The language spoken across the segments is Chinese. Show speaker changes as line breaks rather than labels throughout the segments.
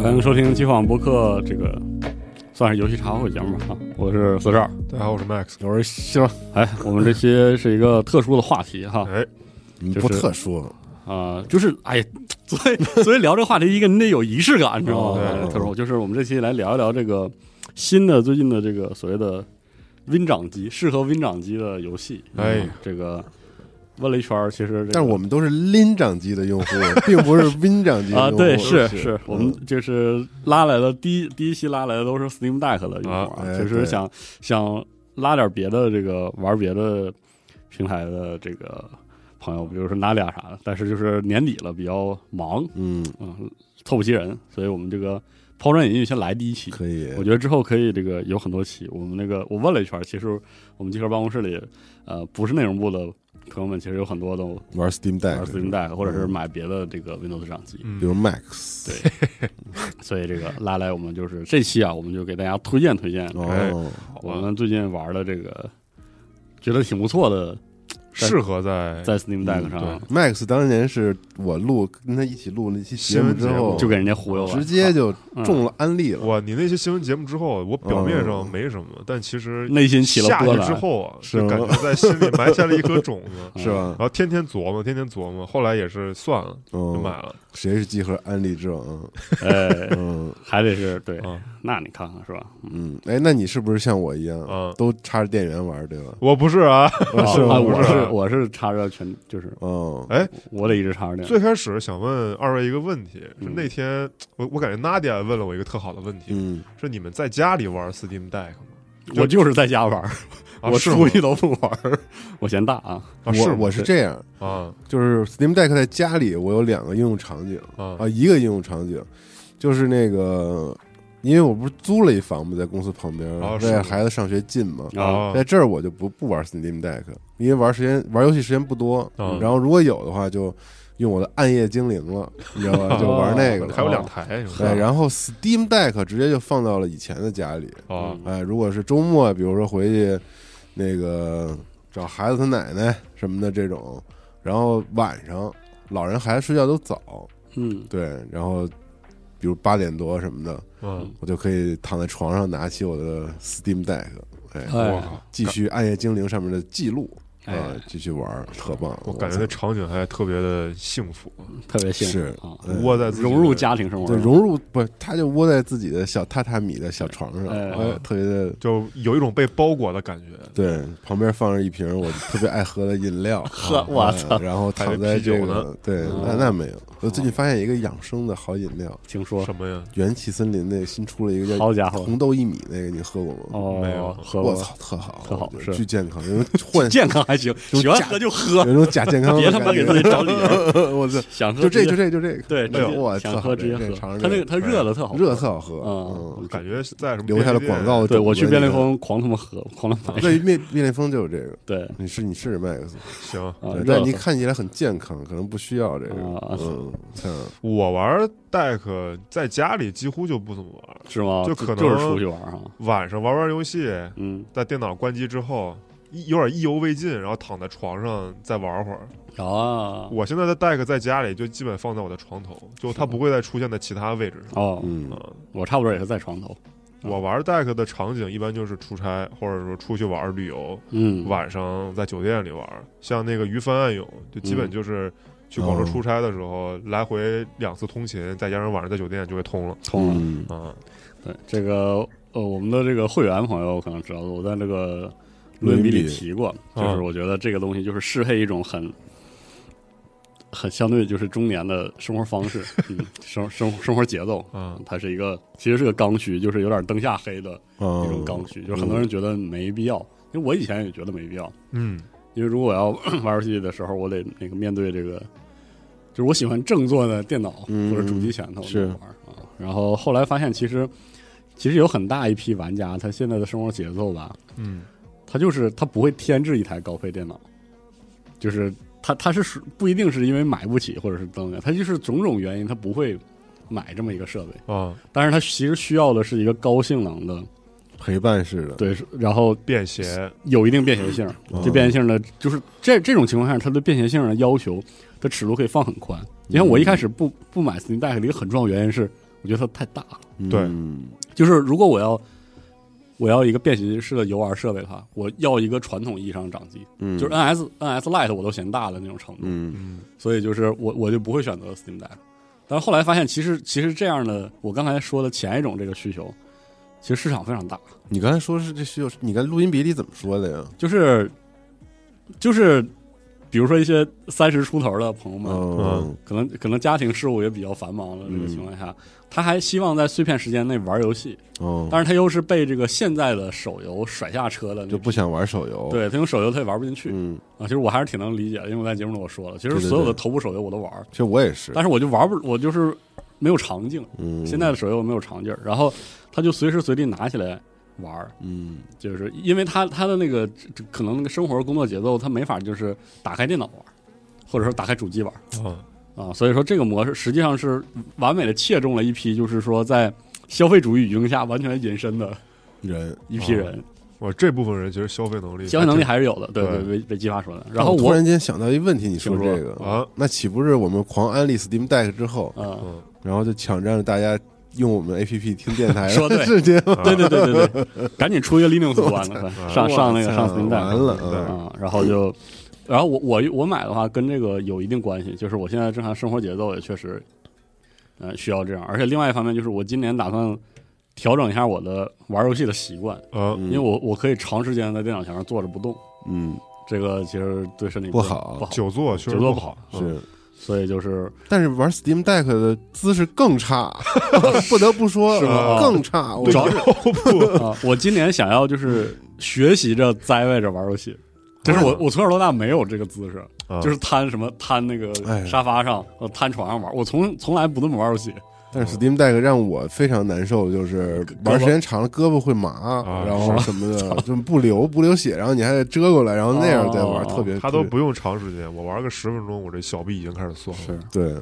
欢迎收听机晃博客这个算是游戏茶话会节目吧啊，我是四十二，
大家好，我是 Max。
我是西装。哎，我们这期是一个特殊的话题哈
哎，
嗯
就是
不特殊，
啊、就是哎， 所以所以聊这个话题，一个你得有仪式感，你知道吗？啊
哦
对
特殊就是我们这期来聊一聊这个新的最近的这个所谓的 Win 掌机，适合 Win 掌机的游戏。
哎
嗯这个问了一圈儿，其实、这个、
但是我们都是 Lin 掌机 的用户，并不是 Win 掌机的
啊，
用户。
对，是
嗯
是，我们就是拉来的第一第一期拉来的都是 Steam Deck 的用户
啊哎
就是
对
想想拉点别的这个玩别的平台的这个朋友，比如说拉俩啥的，但是就是年底了比较忙，
嗯，
嗯，凑不齐人，所以我们这个抛砖引玉先来第一期。
可以
我。觉得之后可以这个有很多期。我们那个我问了一圈，其实我们集合办公室里，呃，不是内容部的朋友们，其实有很多都
玩 Steam
玩 Steam
Deck，
Deck 或者是买别的这个 Windows 掌机。
比如 Max，
对所以这个拉来，我们就是这期啊，我们就给大家推荐推荐
哦，
我们最近玩的这个，觉得挺不错的，
适合在
在 Steam Deck 上
哎
啊
嗯
Max 当年是我录跟他一起录了一期节目之
新闻节
后，
目
就给人家忽悠了，
直接就
嗯
中了安利了。
哇，你那些新闻节目之后，我表面上
嗯
没什么，但其实
内心起了
下
波
去
澜，
之后啊，
是
就感觉在心里埋下了一颗种 子
是吧
然？后天天琢磨，天天琢磨，后来也是算了，就买
嗯，
了
谁是集合安利之王？
哎，
嗯
还得是对，
啊
那你看看是 吧？
嗯，哎，那你是不是像我一
嗯
样，
啊！
都插着电源玩，对 吧？
我不是啊，
哦是吗
啊我
不是
是
啊
我是插着全，就是
哦，
哎，
我得一直插着电。
最开始想问二位一个问题，是那天我我感觉 Nadia 问了我一个特好的问题，
嗯，
是你们在家里玩 Steam Deck 吗？
我就是在家玩，
啊
我
是吗
出去都不玩，我嫌大啊。
啊是
我
吗
我是这样，
啊
就是 Steam Deck 在家里，我有两个应用场景。
啊
啊，一个应用场景，就是那个，因为我不是租了一房嘛，在公司旁边，
哦是
为
吗
了孩子上学近嘛，
啊
啊
在这儿我就不不玩 Steam Deck，因为玩时间玩游戏时间不多，
嗯
然后如果有的话就用我的暗夜精灵了，你知道吧？就玩那个了。
哦还有两台是吧
对，啊哎然后 Steam Deck 直接就放到了以前的家里。
啊
嗯
哎，如果是周末，比如说回去那个找孩子他奶奶什么的这种，然后晚上老人孩子睡觉都早，
嗯，
对，然后比如八点多什么的，
嗯，
我就可以躺在床上拿起我的 Steam Deck，哎，
我
哎
靠。
继续《暗夜精灵》上面的记录啊、
呃
哎，
继续玩，特棒！
我感觉那场景还特别的幸福，啊
特别幸
是
福啊，
嗯
窝在自己的
融入，家庭生活
对
中，
融入不，他就窝在自己的小榻榻米的小床上，
哎
哎特别的
就有一种被包裹的感觉。
对，旁边放着一瓶我特别爱喝的 饮料，
呵
啊
我操
哎然后躺在这
还有啤酒
个
呢
对，
嗯
那那没有，我最近发现一个养生的好饮料，
请说。
什么呀？
元气森林那个新出了一个叫
好家伙
红豆薏米那个，你喝过吗？
哦，
没有
喝
我
过
操，特好，
特好
我觉得
是
巨健康，有种换
健康还行，
就
喜欢
假
喝就喝
有，一种假健康的
别
感觉，
他妈给自己找理由，
我操，
想喝
就这就
这，
这就这个，
对，
没
直
有
接
我
想
操
喝直接
这
喝
尝。尝
它那
这
个
个
它热的特好喝，
热特好喝，
嗯
嗯，
感觉在什么
留下了广告的
对我去
主
便利
播那个，
蜂狂他妈喝，狂他妈买，
对面面利蜂就有这个，
对
你是你试试 Max，
行，
啊
对，，
热
但你看起来很健康，可能不需要这个，
啊
嗯，像
我玩 deck 在家里几乎就不怎么玩，
是吗？
就可能
就是出去玩啊，
晚上玩玩游戏，
嗯，
在电脑关机之后。一有点意犹未尽，然后躺在床上再玩会儿。
啊，
我现在的 deck 在家里就基本放在我的床头，就它不会再出现在其他位置上。
哦，
嗯
嗯，
我差不多也是在床头，
我玩 deck 的场景一般就是出差，或者说出去玩旅游，
嗯，
晚上在酒店里玩儿，像那个鱼帆暗涌，就基本
嗯
就是去广州
哦
出差的时候，来回两次通勤，再加上晚上在酒店就给通了
通了。
嗯
啊。
对这个呃，我们的这个会员朋友可能知道，我在这个论笔里提过，
嗯
就是我觉得这个东西就是适配一种很。很相对就是中年的生活方式，嗯，生生生活节奏，
啊，
它是一个其实是个刚需，就是有点灯下黑的
嗯，
一种刚需，就是很多人觉得没必要，因为我以前也觉得没必要，
嗯，
因为如果我要 玩游戏的时候，我得那个面对这个，就是我喜欢正坐在电脑
嗯
或者主机前头
是
玩啊。然后后来发现，其实其实有很大一批玩家，他现在的生活节奏吧，
嗯，
他就是他不会添置一台高配电脑，就是他他是属不一定是因为买不起或者是怎么样，他就是种种原因，他不会买这么一个设备。
啊，
但是他其实需要的是一个高性能的，
陪伴式的，
对，然后
便携，
有一定便携性，
嗯
这便携性呢，就是这这种情况下，它对便携性的要求的尺度可以放很宽。你看我一开始不不买 Steam Deck 的一个很重要的原因是我觉得它太大了。
对
嗯
就是如果我要我要一个便携式的游玩设备的话，我要一个传统意义上的掌机，
嗯，
就是 NS NS Lite 我都嫌大的那种程度，
嗯
嗯
所以就是我我就不会选择 Steam Deck。但是后来发现，其实其实这样的我刚才说的前一种这个需求，其实市场非常大，
你刚才说是这需要，你刚才录音比例怎么说的呀？
就是就是比如说一些三十出头的朋友们，
嗯
可能可能家庭事务也比较繁忙的这个情况下，他还希望在碎片时间内玩游戏，
哦，
但是他又是被这个现在的手游甩下车的那
就
种，
不想玩手游。，
对他用手游他也玩不进去、
嗯，
啊。其实我还是挺能理解的，因为我在节目中我说了，其
对
实
对
所有的
对
头部手游我都玩，
其实我也是。
但是我就玩不，我就是没有长劲。
嗯，
现在的手游没有长劲儿，然后他就随时随地拿起来玩儿，
嗯
就是因为他他的那个这可能那个生活工作节奏，他没法就是打开电脑玩儿，或者说打开主机玩
啊，
儿啊，所以说这个模式实际上是完美的切中了一批就是说在消费主义语境下完全隐身的
人，
一批人，
我这部分人其实消费能力
消费能力
还
还是有的，对
哎对
对，被被激发出来了。然后
但突
我
然间想到一问题，你说
请说
这个
挺啊，
那岂不是我们狂安利 Steam Deck 之后，
嗯，
嗯，
然后就抢占了大家用我们 APP 听电台
说
的
对
时间？
啊对对对对对，赶紧出一个 Linux 端的，
操
快上上那个
哇
上
塞
Steam
完
Deck
了
哎对
啊！
啊，然后就，然后我我我买的话跟这个有一定关系，就是我现在正常生活节奏也确实，呃，需要这样。而且另外一方面就是我今年打算调整一下我的玩游戏的习惯，
啊，
因为我我可以长时间在电脑前上坐着不动，
嗯
这个其实对身体
不
好
好
不好，
久坐确实
久坐
不
不
好
好，
嗯
是，
所以就是
但是玩 Steam Deck 的姿势更 差，不得不说呃
是吗
更差。我
对
觉得
啊，我今年想要就是学习着栽歪着玩游戏，这是我我从小到大没有这个姿势，
啊
就是瘫什么瘫那个
哎
沙发上，呃，瘫床上玩，我从从来不那么玩游戏，
但是 Steam Deck 让我非常难受，就是
胳
玩
膊
时间长了胳膊会麻，
啊
然后什么 的就不流不流血，然后你还得遮过来，然后那样再玩，
哦
特别
啊他都不用长时间，我玩个十分钟，我这小臂已经开始酸了。
对，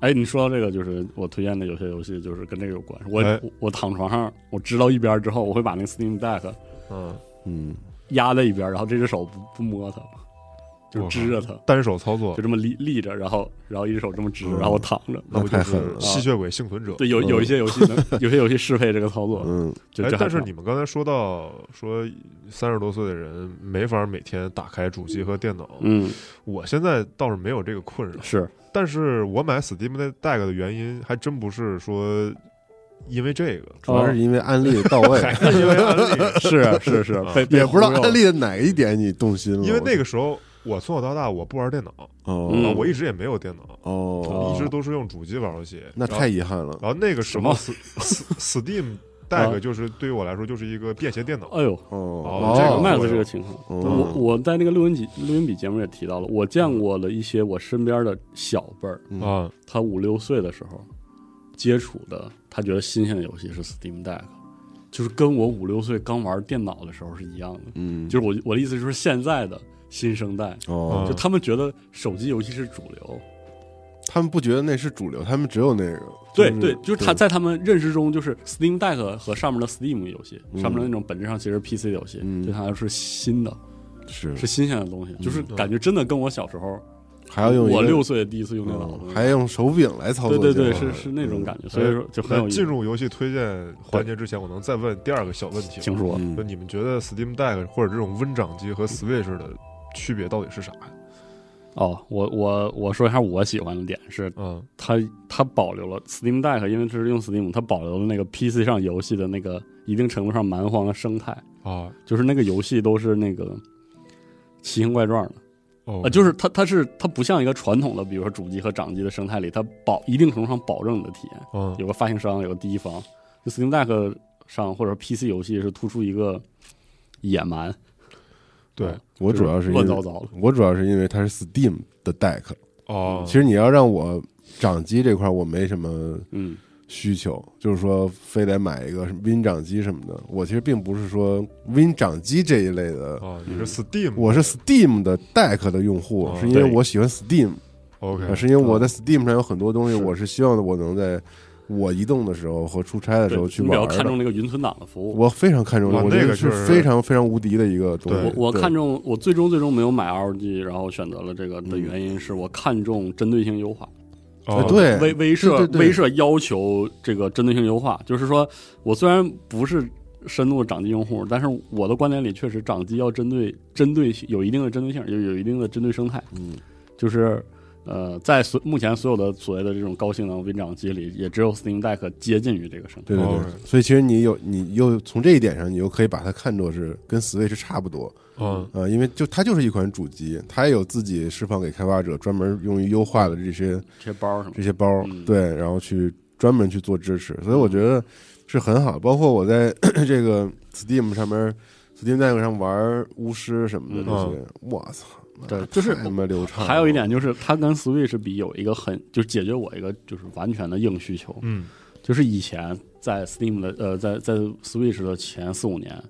哎，你说到这个，就是我推荐的有些游戏，就是跟这个有关。我、
哎
我我躺床上，我支到一边之后，我会把那个 Steam Deck
嗯，
嗯，
压在一边，然后这只手不不摸它，就
我靠
支着它，
单手操作
就，这么立立着，然后然后一只手这么支着，
嗯
然后我躺着。
那不就
太狠
是
了
吸血鬼幸存者？
对，有有一些游戏能， 有些游戏适配这个操作，
嗯
就
哎
这，还
但是
挺
你们刚才说到说三十多岁的人没法每天打开主机和电脑，
嗯
我现在倒是没有这个困扰。
是
但是我买 Steam Deck 的原因还真不是说因为这个，
主要是因为案例到 位，
还是因为安利，
哦 是是是
啊，
被被
也不知道
忽悠
案例的哪一点你动心了，
因为那个时候我从小到大我不玩电脑，
哦
嗯
我一直也没有电脑，
哦，
一直都是用主机玩游戏。
那
然后
太遗憾了，
然后那个时
什
候
么
，S S Steam Deck
啊
就是对于我来说就是一个便携电脑。
哎呦，
哦这个
麦
作
子
用
这个情况，
嗯
我我在那个录音笔录音笔节目也提到了，我见过了一些我身边的小辈儿，
嗯
啊，
他五六岁的时候接触的，他觉得新鲜的游戏是 Steam Deck，就是跟我五六岁刚玩电脑的时候是一样的。
嗯，
就是我我的意思就是现在的新生代，
嗯
哦
就，他们觉得手机游戏是主流。
他们不觉得那是主流，他们只有那个，
对
就是
对，就是他在他们认知中，就是 Steam Deck 和上面的 Steam 游戏，
嗯
上面的那种本质上其实是 PC 游戏，
嗯
对他来说是新的，
是
是新鲜的东西，就是感觉真的跟我小时候，
嗯还要用一个
我六岁第一次用电脑的
嗯
东西，
还用手柄来操
对对
作，
对，
这
是
个
是那种感觉，
嗯
所以说就很有
那
意
进
思。
入游戏推荐环节之前，我能再问第二个小问题吗，
请说，
嗯
就你们觉得 Steam Deck 或者这种 Win 掌
嗯
机和 Switch 的区别到底是啥呀？
哦，我我我说一下我喜欢的点是，
嗯，
它它保留了 Steam Deck，因为这是用 Steam，它保留了那个 PC 上游戏的那个一定程度上蛮荒的生态，
啊，
就是那个游戏都是那个奇形怪状的，
哦
呃，就是它它是它不像一个传统的，比如说主机和掌机的生态里，它保一定程度上保证你的体验，
嗯
有个发行商，有个第一方，就 Steam Deck 上或者 PC 游戏是突出一个野蛮，啊
对，
我主要是因为
乱糟糟的，
我主要是因为它是 Steam 的 deck，
哦，
其实你要让我掌机这块儿我没什么
嗯
需求，就是说非得买一个什么 Win 掌机什么的，我其实并不是说 Win 掌机这一类的。
哦
啊，你是 Steam，
我是 Steam 的 Deck 的用户，
哦
是因为
对嗯
我喜欢 Steam，
OK，
是因为我在 Steam 上有很多东西，
是
我是希望我能在我移动的时候和出差的时候
对，
去
你比
玩
较
的
看重那个云存档的服务。
我非常看重，
哇
我觉
那
得
个
是
就是
非常非常无敌的一个东
对
西。
我我
对
看中我
嗯
最终最终没有买哎 LG，然后选择了这个的原因是我看中针对性优化，
哦，
哎对
威威
对
慑
对对
威慑要求这个针对性优化，就是说我虽然不是深度掌机用户，但是我的观点里确实掌机要针对针对有一定的针对性，有有一定的针对生态，
嗯，
就是呃，在所目前所有的所谓的这种高性能微掌机里，也只有 Steam Deck 接近于这个生态。
对对对
哦，
所以其实你有你又从这一点上，你又可以把它看作是跟 Switch 差不多，
嗯
呃，因为就它就是一款主机，它也有自己释放给开发者专门用于优化的这些
这些包什么
这些包儿，
嗯
对，然后去专门去做支持，所以我觉得是很好。包括我在 这个 Steam 上面，Steam Deck 上玩巫师什么的这些，我操，
嗯对就是
那太他妈流畅了。
还有一
嗯
点就是，它跟 Switch 比有一个很，就是解决我一个就是完全的硬需求，
嗯
就是以前在 Steam 的呃，在在 Switch 的前四五年，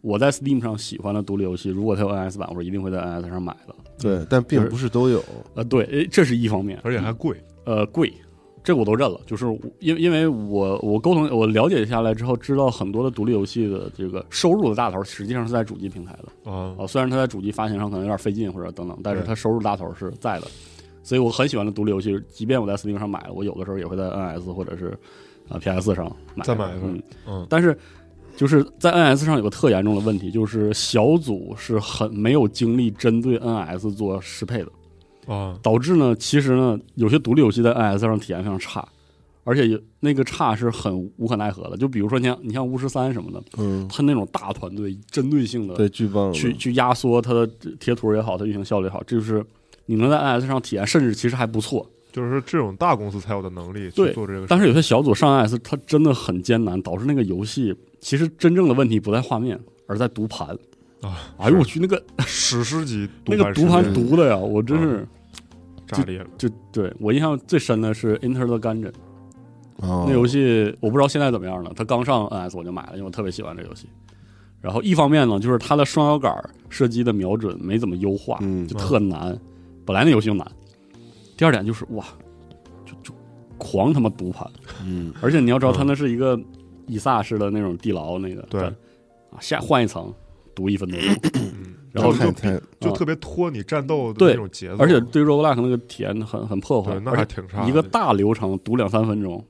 我在 Steam 上喜欢的独立游戏，如果它有 NS 版，我是一定会在 NS 上买的。
对，但并不是都有，
呃，对，诶这是一方面，
而且还贵，
呃贵，这我都认了。就是我因为因为我我沟通我了解下来之后，知道很多的独立游戏的这个收入的大头实际上是在主机平台的。
啊
哦，虽然它在主机发行上可能有点费劲或者等等，但是它收入大头是在的，所以我很喜欢的独立游戏，即便我在 Steam 上买了，我有的时候也会在 NS 或者是啊 PS 上买
再买一份
嗯，
嗯
但是就是在 NS 上有个特严重的问题，就是小组是很没有精力针对 NS 做适配的，
啊
导致呢，其实呢，有些独立游戏在 NS 上体验非常差。而且有那个差是很无可奈何的，就比如说你像你像巫师三什么的，
嗯，
它那种大团队针对性的
对，巨棒了，
去去压缩它的贴图也好，它运行效率也好，这就是你能在 NS 上体验，甚至其实还不错。
就是说这种大公司才有的能力去
对
做这个事儿，
但是有些小组上 NS 它真的很艰难，导致那个游戏其实真正的问题不在画面，而在读盘。
啊，
哎呦我去，那个
史诗级
那个读
盘
盘
时间
读的呀，我真是
炸裂了，
就对我印象最深的是 Enter the Gungeon
哦
那游戏，我不知道现在怎么样了。它刚上 NS 我就买了，因为我特别喜欢这游戏。然后一方面呢，就是它的双摇杆射击的瞄准没怎么优化，
嗯
就特难。本来那游戏就难。第二点就是哇，就就狂他妈读盘，
嗯，
而且你要知道，
嗯
它那是一个以撒式的那种地牢，那个
对
啊，下换一层读一分钟，
嗯，
然后
太
就
太
就特别拖你战斗的
对
那种节奏，
而且对 roguelike 那个体验很很破坏
对，，那
而
还
且
挺差的，
一个大流程读两三分钟，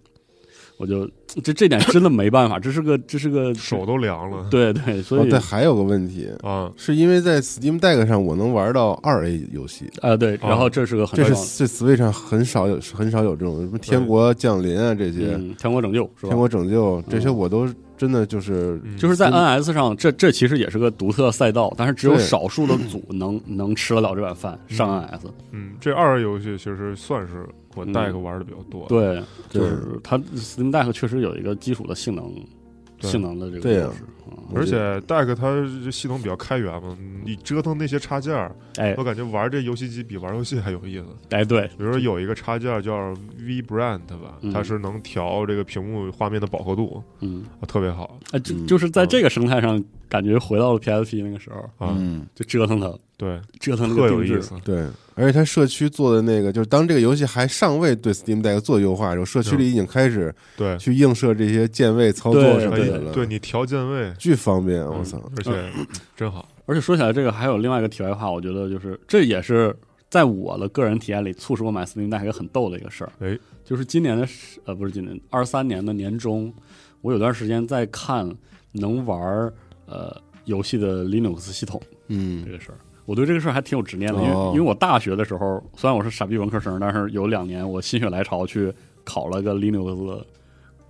我就这这点真的没办法，这是个这是个
手都凉了
对对，所
哦
以
但还有个问题，
啊，
是因为在 Steam Deck 上我能玩到二 A 游戏，
啊对，然后这是个很
这
重
是
要的
这 Switch 上很少有很少有这种什么《天国降临》啊这些，
嗯，全国拯救是吧
天？国拯救》这些我都真的就是
嗯
就是在
真
NS 上，这这其实也是个独特赛道，但是只有
对
少数的组能能吃得了这碗饭上 NS。
嗯，这二人游戏其实算是我
嗯
deck 玩的比较多，，
对，
对
就是它 Steam Deck 确实有一个基础的性能
对
性能的这个
对呀
优势嗯
而且 deck 它这系统比较开源嘛，你折腾那些插件儿，
哎
我感觉玩这游戏机比玩游戏还有意思。
哎对，
比如说有一个插件叫 V Brand 吧，
嗯
它是能调这个屏幕画面的饱和度，
嗯，
啊特别好
哎就
嗯
就是在这个生态上，感觉回到了 PSP 那个时候，
啊，
嗯
就折腾它，
对，
折腾那
特
个
有
定
意
制，
思。
对，而且它社区做的那个，就是当这个游戏还尚未对 Steam Deck 做优化的时候，社区里已经开始
对，
去映射这些键位操作
对
什
哎
么
对
的了，
对，你调键位，
巨方便，
嗯
我操！
而且 真好，
而且说起来这个还有另外一个题外话，我觉得就是这也是在我的个人体验里促使我买 Steam Deck 一个很逗的一个事儿，
哎，
就是今年的十呃不是今年二三年的年中，我有段时间在看能玩儿呃游戏的 Linux 系统。
嗯
这个事儿。我对这个事儿还挺有执念的，因为、
哦
因为我大学的时候，虽然我是傻逼文科生，但是有两年我心血来潮去考了个 Linux 的，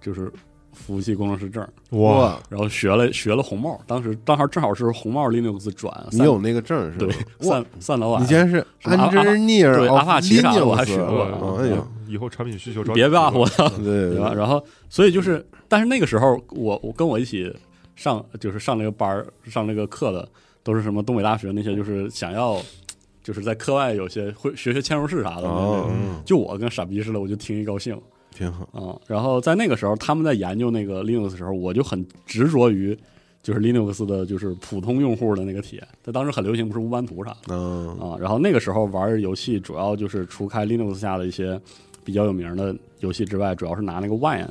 就是服务器工程师证，
哇，，
然后学了学了红帽，当时正好正好是红帽 Linux 转，
你有那个证儿是
对
吧？哇
散散老板，
你竟然是
什么阿阿
engineer
对
of
阿帕奇啥的我还
Linux
学过
啊
嗯
哎
哇
呦，
以后产品需求 找
别
你
吧，
做
我 操，
对
对吧？
对
然后所以就是，但是那个时候我我跟我一起上就是上这个班儿上这个课的都是什么东北大学那些，就是想要就是在课外有些会学学嵌入式啥的那种
哦，嗯
就我跟傻逼似的，我就听一高兴
挺好，
啊、然后在那个时候，他们在研究那个 Linux 的时候，我就很执着于就是 Linux 的就是普通用户的那个体验。在当时很流行，不是乌班图啥的
嗯
啊、然后那个时候玩游戏，主要就是除开 Linux 下的一些比较有名的游戏之外，主要是拿那个 Wine。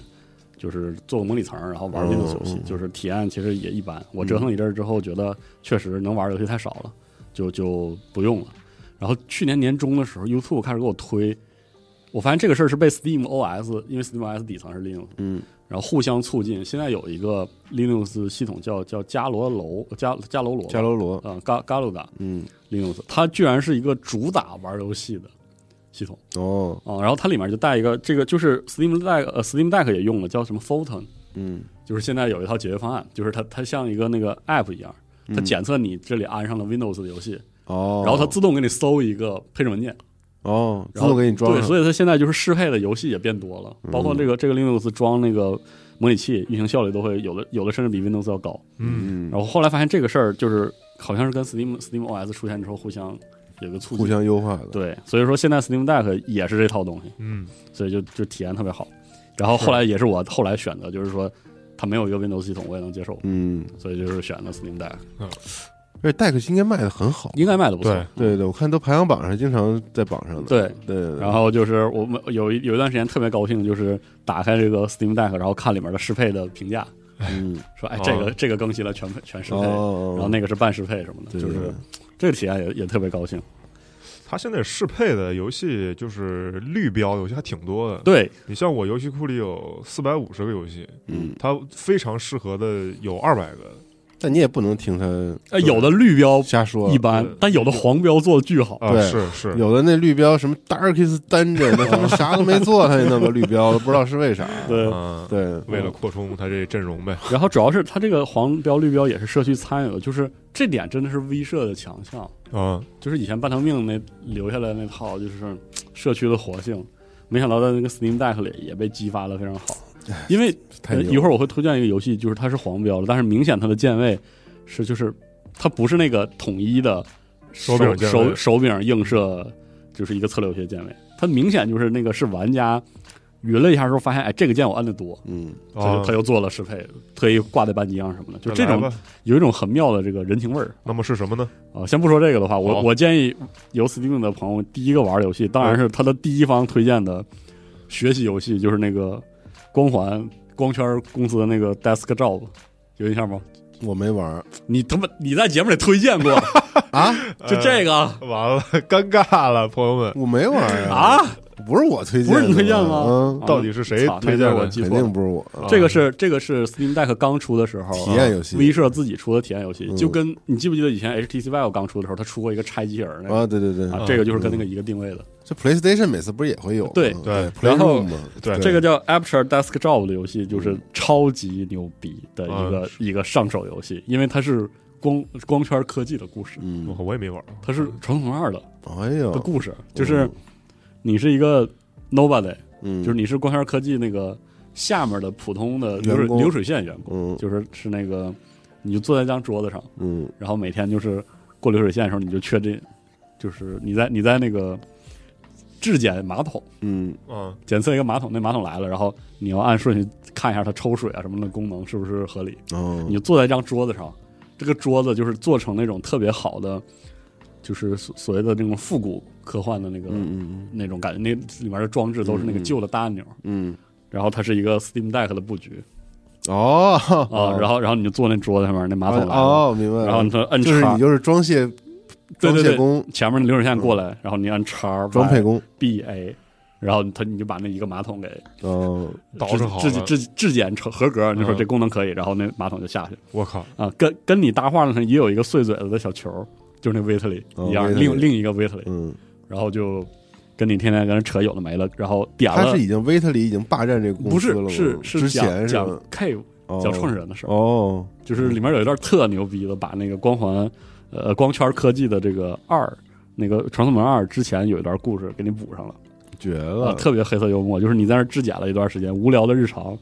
就是做个模拟层，然后玩 Linux 游戏，
嗯嗯
就是体验其实也一般。我
嗯
折腾一阵儿之后，觉得确实能玩的游戏太少了，就就不用了。然后去年年中的时候，YouTube 开始给我推我发现这个事儿是被 Steam OS，因为 Steam OS 底层是 Linux，
嗯
然后互相促进。现在有一个 Linux 系统叫叫伽罗楼伽伽罗罗吧
伽罗罗，
啊伽伽罗达
嗯
Linux，它居然是一个主打玩游戏的系统
哦
啊、然后它里面就带一个这个就是 Steam Deck 呃 Steam Deck 也用了，叫什么 Photon，
嗯，
就是现在有一套解决方案，就是它它像一个那个 App 一样，它
嗯
检测你这里安上了 Windows 的游戏，
哦，
然后它自动给你搜一个配置文件。
哦自
然后
动给你装
对，
上，
所以它现在就是适配的游戏也变多了，包括
嗯
这个这个 Linux 装那个模拟器，运行效率都会有的有的甚至比 Windows 要高。
嗯，
嗯
然后后来发现这个事儿就是好像是跟 Steam Steam OS 出现之后互相有一个促进，
互相优化的，
对，所以说现在 Steam Deck 也是这套东西，
嗯，
所以就就体验特别好。然后后来也是我后来选择，就是说它没有一个 Windows 系统我也能接受，
嗯，
所以就是选的 Steam Deck，
而且 Deck 应该卖的很好，
应该卖的不错。
对
对对，我看都排行榜上经常在榜上的，
对
对，
然后就是我们有一有一段时间特别高兴，就是打开这个 Steam Deck，然后看里面的适配的评价，
嗯
说哎
哦
这个、这个更新了全配全适配，
哦，
然后那个是半适配什么的，
对
就
对对
是这个体验也也特别高兴。
它现在适配的游戏就是绿标的游戏还挺多的。
对，
你像我游戏库里有四百五十个游戏，
嗯，
它非常适合的有二百个
但你也不能听他
呃，有的绿标
瞎说，
一般
对，
但有的黄标做的巨好。
啊，
对
是是，
有的那绿标什么 Darkest Dungeon，那他妈啥都没做，他就弄个绿标了，不知道是为啥。
对，
嗯，
对，
为了扩充它这阵容呗，
然后主要是它这个黄标绿标也是社区参与的，就是这点真的是微社的强项，
啊，
就是以前半条命那留下来那套就是社区的活性，没想到在那个 Steam Deck 里也被激发的非常好，因为
太
呃
牛了
一会儿我会推荐一个游戏，就是它是黄标的，但是明显它的键位是就是它不是那个统一的手
手柄键位
手手柄映射，就是一个策略游戏的键位，它明显就是那个是玩家匀了一下之后发现，哎，这个键我按的多，
嗯，
他就、
啊
他就做了适配，特意挂在扳机上什么的，就这
来
种
吧
有一种很妙的这个人情味儿
那么是什么呢？
啊。先不说这个的话，我
好
我建议有 Steam 的朋友第一个玩的游戏，当然是他的第一方推荐的学习游戏，就是那个光环光圈公司的那个 Desk Job。有印象吗？
我没玩儿
你他妈你在节目里推荐过，
啊，
哎
就这个
完了，尴尬了，朋友们，
我没玩儿啊，
啊？
不是我推荐
不
的，
是你推荐吗啊
嗯，
哎到底是谁
操那
推荐
就是我
的
记
肯
错了
定。不是我。
啊
这个是这个是 Steam Deck 刚出的时候啊
体验游戏
，V 社自己出的体验游戏，
嗯
就跟你记不记得以前 HTC Vive 刚出的时候，它出过一个拆机人儿那个
啊，对对对，
啊，这个就是跟那个一个定位的。
这 PlayStation 每次不是也会有吗？
对
对
然后
Playroom 嘛，
对
这个叫 Aperture Desk Job 的游戏，
嗯
就是超级牛逼的一个、
嗯
一个上手游戏，因为它是光光圈科技的故事，
嗯，
啊我也没玩儿，
它是《传统二的》
哎
的
呦，
嗯故事，就是你是一个 nobody，、
嗯，
就是你是光圈科技那个下面的普通的流水
员工
流水线员工，
嗯
就是是那个你就坐在一张桌子上，
嗯
然后每天就是过流水线的时候，你就确定，就是你在你在那个质检马桶。
嗯
嗯
检测一个马桶，那马桶来了，然后你要按顺序看一下它抽水啊什么的功能是不是合理。
哦，
你就坐在一张桌子上，这个桌子就是做成那种特别好的，就是所所谓的那种复古科幻的那个、
嗯嗯
那种感觉，那里面的装置都是那个
嗯嗯
旧的大按钮，
嗯
然后它是一个 Steam Deck 的布局
嗯，哦
啊、然后然后你就坐那桌子上面，那马桶来了，
哦，明白了，
然后你说摁
就是
叉
你，就是装卸
对
装
对哎
卸
对，
工、
前面的流水线过来，然后你按叉
嗯装配工，
B A，然后它你就把那一个马桶给
哦，
捯饬好
质
了
质质检成合格，你说
嗯
这功能可以，然后那马桶就下去了
我靠，
啊。跟跟你搭话的时候也有一个碎嘴子的小球，就是那威特里
哦
一样，
Waitley
另另一个威特里，
嗯，
然后就跟你天天跟人扯有的没了，然后点
他
了
是已经维特利已经霸占这个公
不
司
是
了吗，
是
之
是讲
前是
讲
吧
K
哦
讲创始人的事儿，
哦，
就是里面有一段特牛逼的，把那个光环呃光圈科技的这个二。那个《传送门二》之前有一段故事给你补上了，
绝
啊，
了，
特别黑色幽默，就是你在那儿质检了一段时间，无聊的日常，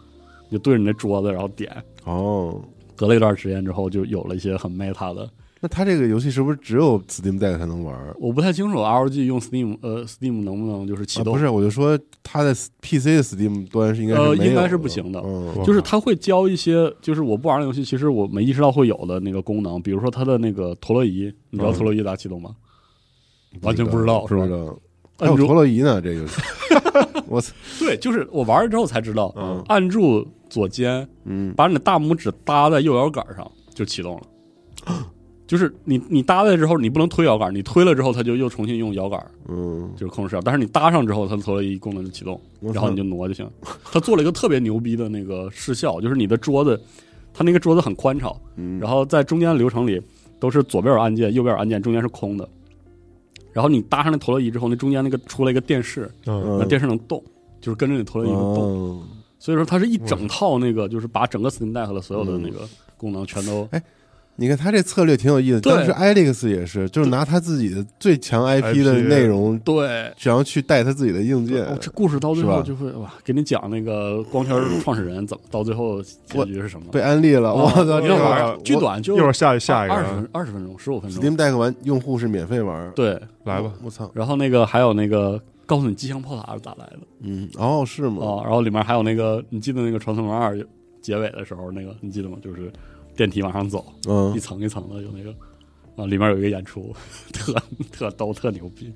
你就对着你那桌子然后点，
哦。
隔了一段时间之后，就有了一些很 meta 的，
那他这个游戏是不是只有 Steam Deck 才能玩儿？
我不太清楚 ROG 用 Steam 呃 Steam 能不能就是启
啊、
动，
不是，我就说它的 PC 的 Steam 端是应该是
呃
没有
应该是
的
不行的
嗯
我
就是
靠
它会教一些，就是我不玩的游戏，其实我没意识到会有的那个功能，比如说它的那个陀螺仪，你知道
嗯
陀螺仪咋启动吗？ 完全不知道
不
是
知
吧嗯
道。还有
按
陀
住
螺仪呢，这个游戏 我操，
对，就是我玩了之后才知道，
嗯
按住左肩，
嗯，
把你的大拇指搭在右摇杆上就启动了。就是你你搭在之后，你不能推摇杆，你推了之后，它就又重新用摇杆
嗯，
就是控制视角。但是你搭上之后，它陀螺仪功能就启动，
我
然后
操
你就挪就行。它做了一个特别牛逼的那个视效，就是你的桌子，它那个桌子很宽敞，
嗯，
然后在中间的流程里都是左边有按键，右边有按键，中间是空的。然后你搭上那陀螺仪之后，那中间那个出来一个电视，
嗯
嗯
那电视能动，就是跟着你陀螺仪能动。
哦
所以说它是一
嗯
整套那个，就是把整个 Steam Deck 的所有的那个功能全都
你看他这策略挺有意思，
对
当时 Alex 也是，就是拿他自己的最强 IP 的
IP
内容，
对。
然后去带他自己的硬件。
哦，这故事到最
是
后
吧
就会哇，给你讲那个光圈创始人怎么到最后结局是什么。
被安利了，我操！
哦
这
一会
个
儿巨短，就
一会儿下下一
二十
个啊
分二十分钟，十五分钟。
啊 Steam Deck 玩用户是免费玩，
对，
来吧，
我操，
然后那个还有那个告诉你机枪炮塔是咋来的
嗯，哦，是吗？
啊、然后里面还有那个你记得那个《传送门二》结尾的时候那个你记得吗？就是电梯往上走，一
嗯，
层一层的有那个啊，里面有一个演出， 特特逗，特牛逼。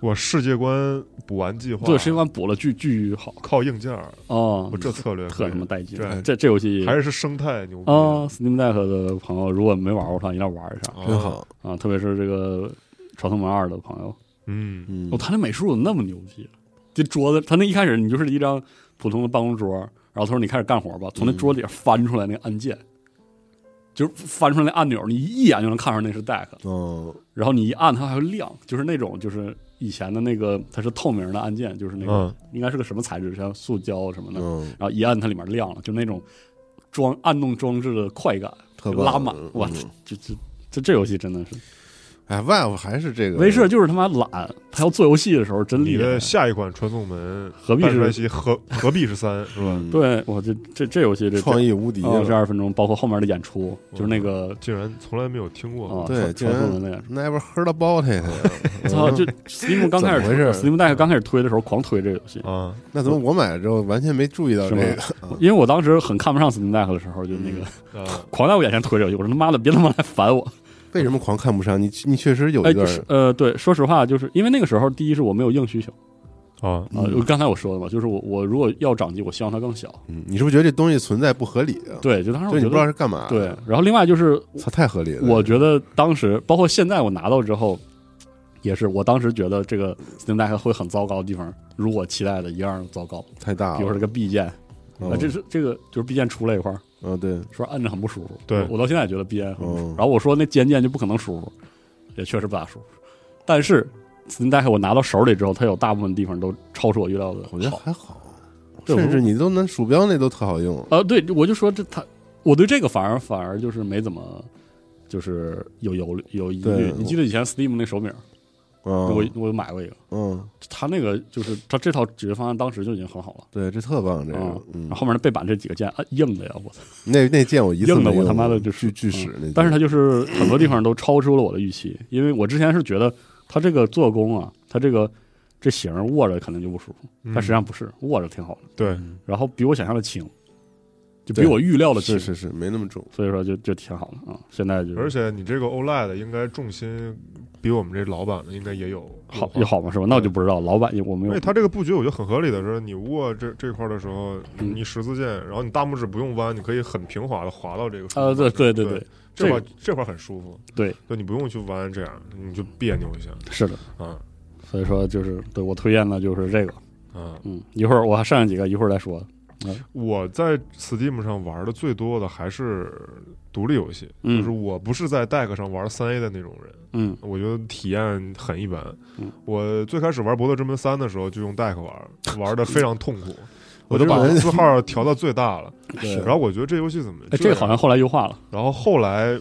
我世界观补完计划，
对，世界观补了巨巨好
靠硬件儿，
啊
我，这策略可
特
以
他妈带劲
对！
这这游戏
还是生态牛逼
啊，Steam Deck 的朋友如果没玩过的话，一定要玩一下
啊
真好，
啊！特别是这个《传送门二》的朋友，
嗯，
嗯
哦，，他那美术怎么那么牛逼？这桌子，他那一开始你就是一张普通的办公桌，然后他说你开始干活
嗯
吧，从那桌底下翻出来那个按键，就是翻出来那按钮，你一眼就能看出来那是 deck，
哦，
然后你一按它还会亮，就是那种就是以前的那个它是透明的按键，就是那个、
嗯
应该是个什么材质，像塑胶什么的，
嗯，
然后一按它里面亮了，就那种装按动装置的快感，
特棒
拉满
嗯，
哇，
嗯
这这这这这游戏真的是
哎，Valve 还是这个嗯
威士就是他妈懒，他要做游戏的时候真厉
你
害。
的下一款传送门
何必是
半衰期何何必是三是吧？
嗯
对，哦我这这这游戏这
创意无敌啊
二十
了
二分钟，包括后面的演出，就是那个
竟然从来没有听过
啊，
对
传
竟
传
然
送门的演出。
，Never heard about it 嗯
我 操！ 就 Steam 刚开始
怎么回事
，Steam Deck 刚开始推的时候狂推这游戏，
啊，
那怎么我买了之后完全没注意到
是
这
吗
个？
因为我当时很看不上 Steam Deck 的时候，就那个
嗯
啊
狂在我眼前推这游戏，我说他妈的别他妈来烦我！
为什么狂看不上你？你确实有
哎，
一
就
段
是呃，对，说实话，就是因为那个时候，第一是我没有硬需求
啊，
啊，
嗯
就刚才我说的嘛，就是我我如果要掌机，我希望它更小，
嗯，你是不是觉得这东西存在不合理啊？
对，就当时
就
我
你
觉
不知道
得
是干嘛。
对，，然后另外就是
操，太合理了。
我觉得当时，包括现在，我拿到之后，也是我当时觉得这个 Steam Deck 会很糟糕的地方，如我期待的一样糟糕。
太大了。
比如说这个 B 键，
啊嗯
啊，这是这个就是 B 键出来一块儿，
嗯，对，
说摁着很不舒服。
对
我我到现在也觉得 B 键很不舒服。
嗯
然后我说那尖键就不可能舒服，也确实不咋舒服。但是 Steam Deck 我拿到手里之后，它有大部分地方都超出我预料的
我觉得
好。
还好，
对
甚
我
至你都能鼠标那都特好用。
啊，对，我就说这它，我对这个反而反而就是没怎么。就是有有有疑虑
对，
你记得以前 Steam 那手柄，我
嗯
我买过一个，
嗯，
他那个就是他这套解决方案当时就已经很好了。
对，这特棒，这
啊
个，嗯
然后，后面的背板这几个键啊硬的呀，我操！
那那键我一次
硬的
没
我
用
他妈
过
的就
巨巨
嗯
使那键。
但是它就是很多地方都超出了我的预期，因为我之前是觉得它这个做工啊，它这个这型儿握着可能就不舒服，
嗯
但实际上不是，握着挺好的，
对
然后比我想象的轻，就比
对
我预料的轻
是，是是，没那么重。
所以说就就挺好的啊。现在就
而
是
且你这个 OLED 应该重心比我们这老版的应该也有
好
有
也
吧
好嘛，是吧？那我就不知道，老板也我没
嗯因
有
为它这个布局我觉得很合理的是，你握这这块儿的时候，
嗯
你十字键，然后你大拇指不用弯，你可以很平滑的滑到这个。
啊，对对对
对
对，，
这
这
块儿这块儿很舒服。
对，
对你不用去弯，这样你就别扭一下
是的，
啊
所以说就是对我推荐的就是这个，
啊！
嗯，一会儿我还剩下几个，一会儿再说，
我在 Steam 上玩的最多的还是独立游戏，
嗯
就是我不是在 Deck 上玩三 A 的那种人，
嗯
我觉得体验很一般。
嗯
我最开始玩《博德之门三》的时候就用 Deck 玩，玩的非常痛苦，
我
我就
这
把
人
字号调到最大了。
对
然后我觉得这游戏怎么
哎，这个好像后来优化了。
然后后来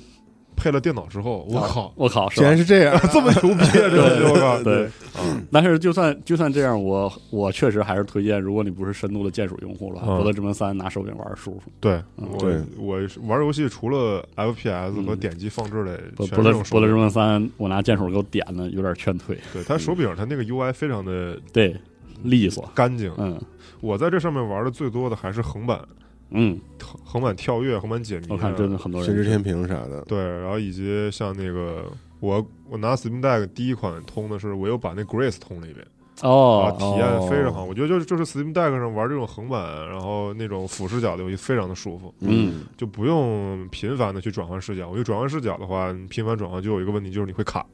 配了电脑之后，我
啊
靠，
我靠，是
竟
吧
然？是这样，
这么 牛逼啊！这游戏我靠，
对，嗯
啊，
但是就算就算这样，我我确实还是推荐，如果你不是深度的键鼠用户的话，
嗯
《博德之门三》拿手柄玩儿舒服。
对
嗯
我
对
我是玩游戏除了 FPS
嗯
和点击放置类，
博
全
博
是
德
用手
博德之
柄。
门三，我拿键鼠给我点的有点劝退，
对，它手柄它那个 UI 非常的
对，利索。
干净。
嗯
我在这上面玩的最多的还是横版、
嗯，
横横版跳跃、横版解谜啊。
我看真的很多
神之
人
天平啥的，
对，然后以及像那个我我拿 Steam Deck 第一款通的是，我又把那 Grace 通了一遍。啊
哦，，
体验非常好。我觉得就是就是 Steam Deck 上玩这种横版，然后那种俯视角的游戏非常的舒服，
嗯
就不用频繁的去转换视角。因为转换视角的话，你频繁转换就有一个问题，就是你会卡。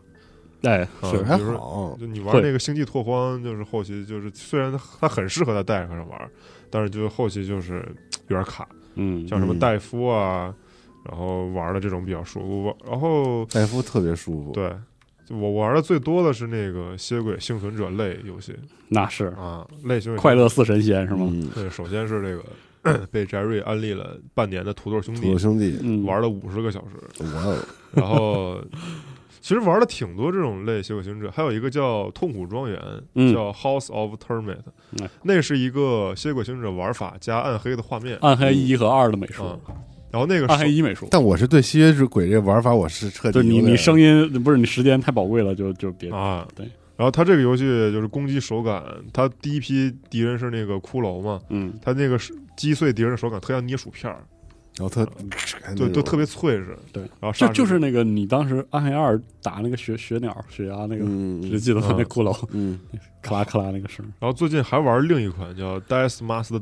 哎，
啊、
是还
比如说
好，
就你玩
会
那个星际拓荒，就是后期就是虽然它很适合在 Deck 上玩，但是就是后期就是有点卡，
嗯，
像什么
嗯
戴夫啊，然后玩的这种比较舒服。然后
戴夫特别舒服，
对，就我玩的最多的是那个《吸血鬼幸存者》类游戏
那是
啊，类型
快乐似神仙是吗？
嗯，
对，首先是这个 被翟瑞安利了半年的《土豆兄
土
弟
豆》，兄弟，
嗯，
玩了五十个小时，
哇哦，
然后其实玩了挺多这种类《血火行者》，还有一个叫《痛苦庄园》
嗯
叫《House of Termit
嗯》，
那是一个《吸血鬼行者》玩法加暗黑的画面，
暗黑一和二的美术，
嗯，然后那个
啊暗黑
手
一美术，
但我是对吸血鬼这玩法我是彻底
对你
有点
你声音不是你时间太宝贵了，就就别
啊，
对。
然后它这个游戏就是攻击手感，它第一批敌人是那个骷髅嘛，
嗯
它那个是击碎敌人的手感特像捏薯片儿，
然后特
嗯
哎
对，都特别脆实。
对，
然后
就
杀
就是那个你当时暗黑二打那个雪雪鸟雪鸭那个，
嗯
只记得
嗯
那骷髅
嗯
咔啦咔啦那个声儿，
然后最近还玩另一款叫《Death Must Die》，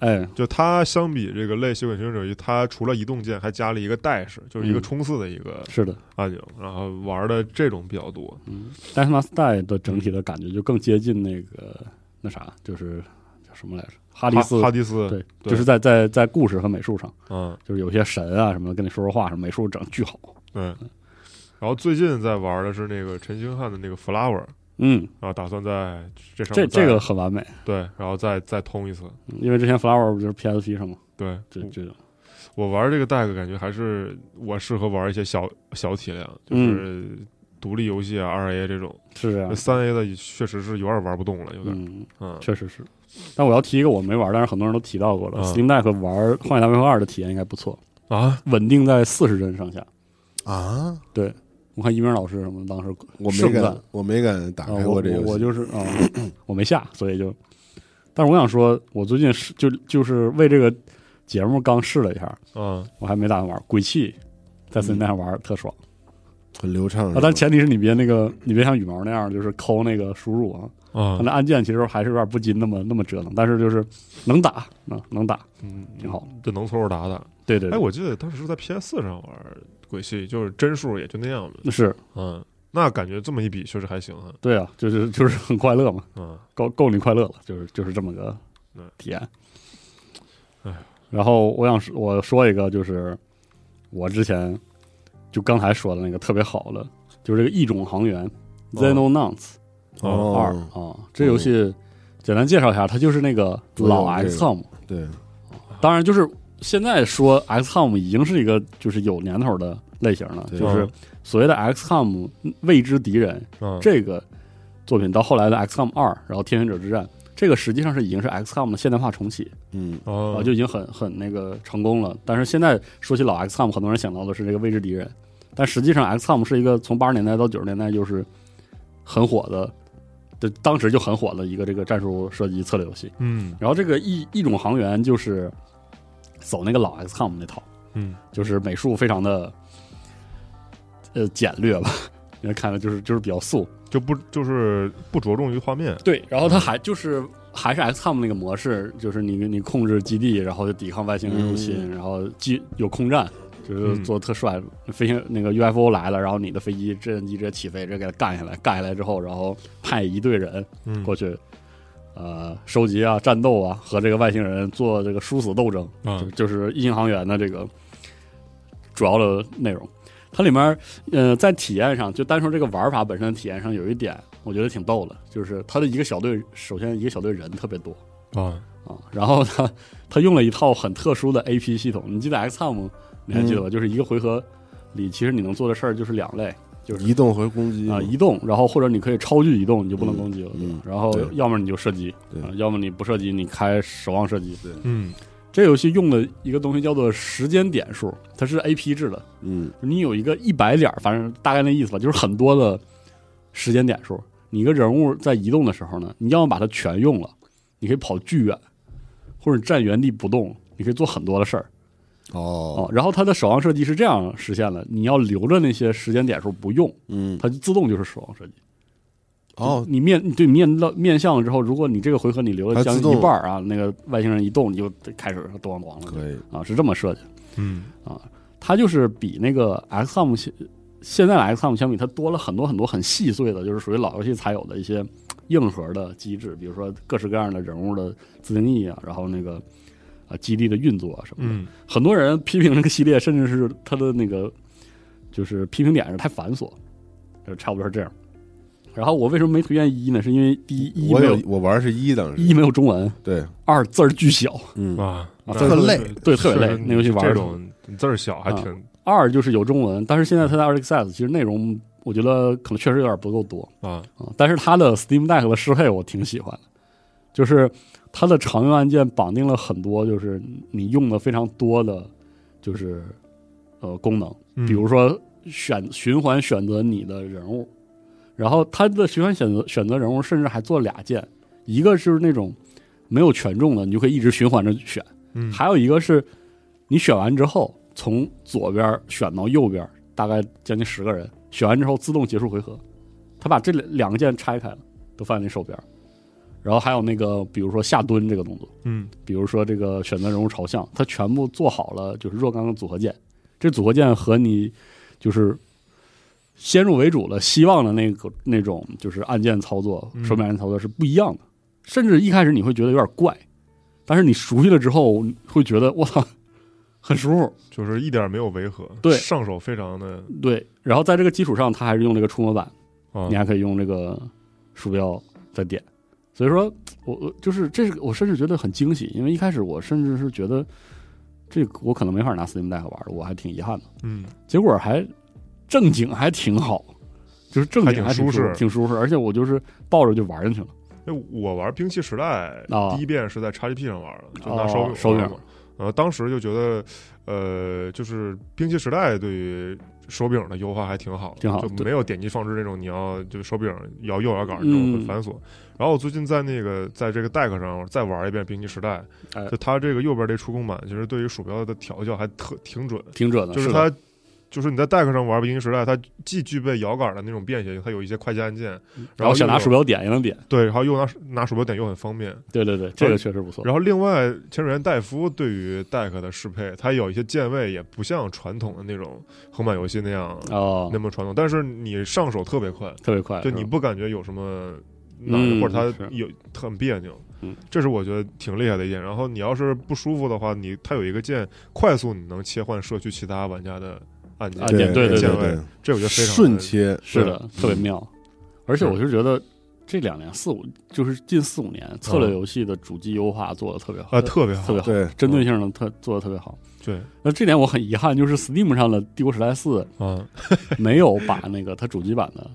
哎，
就它相比这个类《吸血鬼行者》，它除了移动键还加了一个 dash，就是一个
嗯
冲刺的一个
是的，
按钮，然后玩的这种比较多。
嗯，但是 m u s t e 的整体的感觉就更接近那个那啥，就是叫什么来着？哈迪
哈
斯
哈迪斯，
对，
对
就是在在在故事和美术上，
嗯，
就是有些神啊什么的跟你说说话什么，美术整得巨好。
对。然后最近在玩的是那个陈星汉的那个 Flower，
嗯，
然后打算在这上
这
面
这
再
个很完美，
对，然后再再通一次。
嗯因为之前 Flower 不就是 PSP 上嘛，
对，
这
嗯
这种，
我玩这个 deck 感觉还是我适合玩一些小小体量，
嗯
就是独立游戏啊、二 A 这种，
是这样的。
三 A 的确实是有点玩不动了，有点
嗯，
嗯
确实是。但我要提一个我没玩，但是很多人都提到过了、
嗯
s t e a m Deck 玩《荒野大镖客二》的体验应该不错，
啊，
稳定在四十帧上下。
啊，
我看一鸣老师什么当时
我没
盛赞
敢，我没敢打
啊，
开
我
这游
我我
戏，
就是啊、我没下，所以就，但是我想说，我最近是就就是为这个节目刚试了一下，
嗯
我还没打算玩鬼泣，在 Steam
嗯
上玩、特爽
很流畅
啊
是，吧，
但前提是你别那个你别像羽毛那样，就是抠那个输入啊，它
嗯
那按键其实还是有点不禁那么那么折腾，但是就是能打啊、能打，
嗯，
挺好，
这能凑合打打。
对对
哎，
对，
我记得当时是在 PS 四上玩鬼泣，就是帧数也就那样吧，
那是
嗯，那感觉这么一比确实还行啊，
对啊，就是就是很快乐嘛，
嗯
够够你快乐了，就是就是这么个
嗯
体验。
哎，
然后我想说我说一个，就是我之前就刚才说的那个特别好的，就是这个《异种航员》
哦
Xenonauts
哦
二
哦
啊，这游戏简单介绍一下，它就是那个老
左右这个
XCOM，
对，
当然就是现在说 XCOM 已经是一个就是有年头的类型了，
对
就是所谓的 XCOM 未知敌人，
嗯，
这个作品到后来的 XCOM 二，然后天选者之战，这个实际上是已经是 XCOM 的现代化重启，
嗯
啊、
哦
就已经很很那个成功了。但是现在说起老 XCOM，很多人想到的是这个未知敌人，但实际上 XCOM 是一个从八十年代到九十年代就是很火的，对，当时就很火的一个这个战术射击策略游戏。
嗯
然后这个一一种航员就是走那个老 XCOM 那套，
嗯
就是美术非常的呃简略吧， 因为看着就是就是比较素。嗯
就不就是不着重于画面，
对，然后它还就是还是 XCOM 那个模式，就是你你控制基地，然后就抵抗外星人入侵，
嗯
然后机有空战，就是
嗯
做得特帅，飞行那个 UFO 来了，然后你的飞机直升机直接起飞，直接给它干下来，干下来之后，然后派一队人
嗯
过去。呃，收集啊，战斗啊，和这个外星人做这个殊死斗争，
啊
就就是异形航员的这个主要的内容。它里面，呃，在体验上，就单说这个玩法本身的体验上，有一点我觉得挺逗的，就是它的一个小队，首先一个小队人特别多
啊
啊， 然后它它用了一套很特殊的 AP 系统，你记得 XCOM 你还记得吧？就是一个回合里，其实你能做的事儿就是两类，就是
移动和攻击
啊、移动，然后或者你可以超距移动，你就不能
嗯
攻击了，对吧
嗯
然后
对
要么你就射击，
对
啊要么你不射击，你开守望射击，
嗯
这游戏用的一个东西叫做时间点数，它是 A P 制的，
嗯
你有一个一百点儿，反正大概那意思吧，就是很多的时间点数。你一个人物在移动的时候呢，你要么把它全用了，你可以跑巨远，或者站原地不动，你可以做很多的事儿
哦
哦。然后它的守望射击是这样实现的：你要留着那些时间点数不用，
嗯
它就自动就是守望射击。
哦，
你面对面到面向了之后，如果你这个回合你留了
它
将
自
近一
动
半儿啊，那个外星人一动，你就开始咣咣了，
可以，
啊，是这么设计。
嗯
它就是比那个 XCOM 现现在的 XCOM 相比，它多了很多很多很细碎的，就是属于老游戏才有的一些硬核的机制，比如说各式各样的人物的自定义啊，然后那个啊基地的运作啊什么的。
嗯
很多人批评这个系列，甚至是它的那个就是批评点是太繁琐，就差不多是这样。然后我为什么没推荐一呢？是因为第一，一
我
没有
有我玩是一当时，
一没有中文，
对，
二字儿巨小，
嗯，
啊，
啊
那
特
是
累
对特别累
是
那游戏玩儿的
这
时候
种字儿小还
啊
挺
二就是有中文，但是现在它的 r x s 其实内容我觉得可能确实有点不够多
啊，
啊、但是它的 Steam Deck 的适配我挺喜欢的，就是它的常用按键绑定了很多就是你用的非常多的就是呃功能，
嗯
比如说选循环选择你的人物，然后它的循环选择选择人物甚至还做俩键，一个是那种没有权重的，你就可以一直循环着选。
嗯
还有一个是，你选完之后，从左边选到右边，大概将近十个人，选完之后自动结束回合。他把这两两个键拆开了，都放在你手边。然后还有那个，比如说下蹲这个动作，
嗯
比如说这个选择人物朝向，它全部做好了，就是若干个组合键。这组合键和你就是先入为主了希望的那个那种就是按键操作、
嗯
手柄按键操作是不一样的，甚至一开始你会觉得有点怪，但是你熟悉了之后会觉得我操很舒服。
就是一点儿没有违和，
对
上手非常的
对，然后在这个基础上，它还是用这个触摸板，
啊
你，还可以用这个鼠标再点。所以说，我我就是这是我甚至觉得很惊喜，因为一开始我甚至是觉得这个我可能没法拿 Steam Deck 玩了，我还挺遗憾的。
嗯
结果还正经还挺好，就是正经
还挺
挺
舒适
挺舒适，而且我就是抱着就玩进去了。
哎，我玩《兵器时代
啊》
第一遍是在 XGP 上玩的，就
哦
拿手
手柄
柄玩嘛。呃，当时就觉得，呃，就是《兵器时代》对于手柄的优化还挺好的，
挺好
就
对
没有点击放置那种你要就手柄摇右摇杆那
嗯
种很繁琐。然后我最近在那个在这个 Deck 上再玩一遍《兵器时代
哎》，
就它这个右边这触控板，其实对于鼠标的调教还特挺准，
挺准的，
就是
是
它
啊的，
就是你在 Deck 上玩《兵器时代》，它既具备摇杆的那种便携性，它有一些快捷按键，
嗯然后想拿
又有
鼠标点也能点，
对，然后又拿拿鼠标点又很方便。
对对对，这个确实不错。
然后另外，潜水员戴夫对于 Deck 的适配，它有一些键位也不像传统的那种横版游戏那样、
哦
那，么传统，但是你上手特别快，
特别快，
就是
吧
你不感觉有什么哪
嗯
或者它
是
有很别扭
嗯。
这是我觉得挺厉害的一点。然后你要是不舒服的话，你它有一个键快速你能切换社区其他玩家的按键，
按键对
对
对
键
对
位，这我觉得非常
瞬
的。
切，
是
对嗯
的，特别妙。而且
是
我就觉得这两年四五就是近四五年策略游戏的主机优化做的特别好，
嗯啊，特别好，
特别好，
对，
针对性的特做的特别好。
对
那这点我很遗憾，就是 Steam 上的《帝国时代四》
啊，
没有把那个它主机版的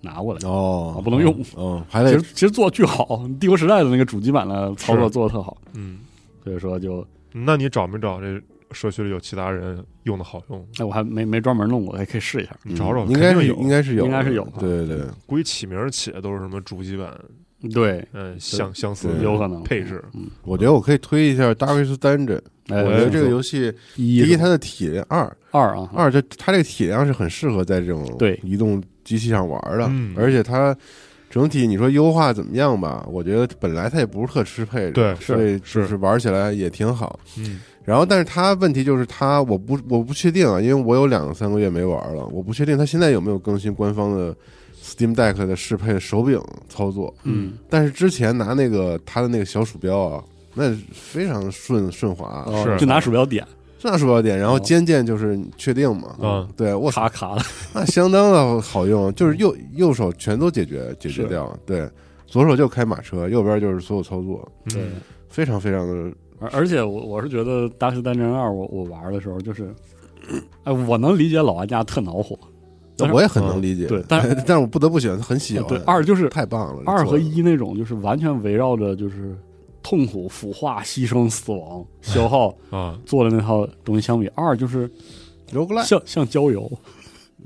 拿过来，啊，
哦
不能用。
哦，还
其
得
实其实做的巨好，《帝国时代》的那个主机版的操作
是
做的特好，
嗯，
所以说就
那你找没找这社区里有其他人用的好用？
哎，我还没没专门弄过，还可以试一下。
你找找，
嗯应该
肯
是
定有
应该是有，
应该是有
对对对，
估计起名儿起的都是什么主机版，
对，
嗯，相相似
对
有可能
配置，
嗯，
我觉得我可以推一下《Darkest Dungeon》，
哎
我觉得这个游戏
一
第
是
一
吧
它的体量，二
二啊，
二这它这个体量是很适合在这种
对
移动机器上玩的
嗯，
而且它。整体你说优化怎么样吧？我觉得本来它也不是特吃配置，
对
是
所以就是是玩起来也挺好。
嗯
然后，但是他问题就是他，我不我不确定啊，因为我有两三个月没玩了，我不确定他现在有没有更新官方的 Steam Deck 的适配手柄操作。
嗯，
但是之前拿那个他的那个小鼠标啊，那非常顺顺滑，
哦
是
就拿鼠标点，
是拿鼠标点，然后
哦
肩键就是确定嘛。
啊，
对，我
咔
操，
咔的，
那相当的好用，就是右右手全都解决解决
是
掉，对，左手就开马车，右边就是所有操作，
对。
嗯
非常非常的
而而且我我是觉得《大西单人二》，我我玩的时候就是，哎，我能理解老玩家特恼火，但是嗯
我也很能理解，
对但
但
是
是但是我不得不喜欢，很喜欢。
对二就是
太棒了，
二
做
和
的
一那种就是完全围绕着就是痛苦、腐化、牺牲、死 亡、消耗
啊，
做的那套东西相比，二就是
留过来，
像像郊游，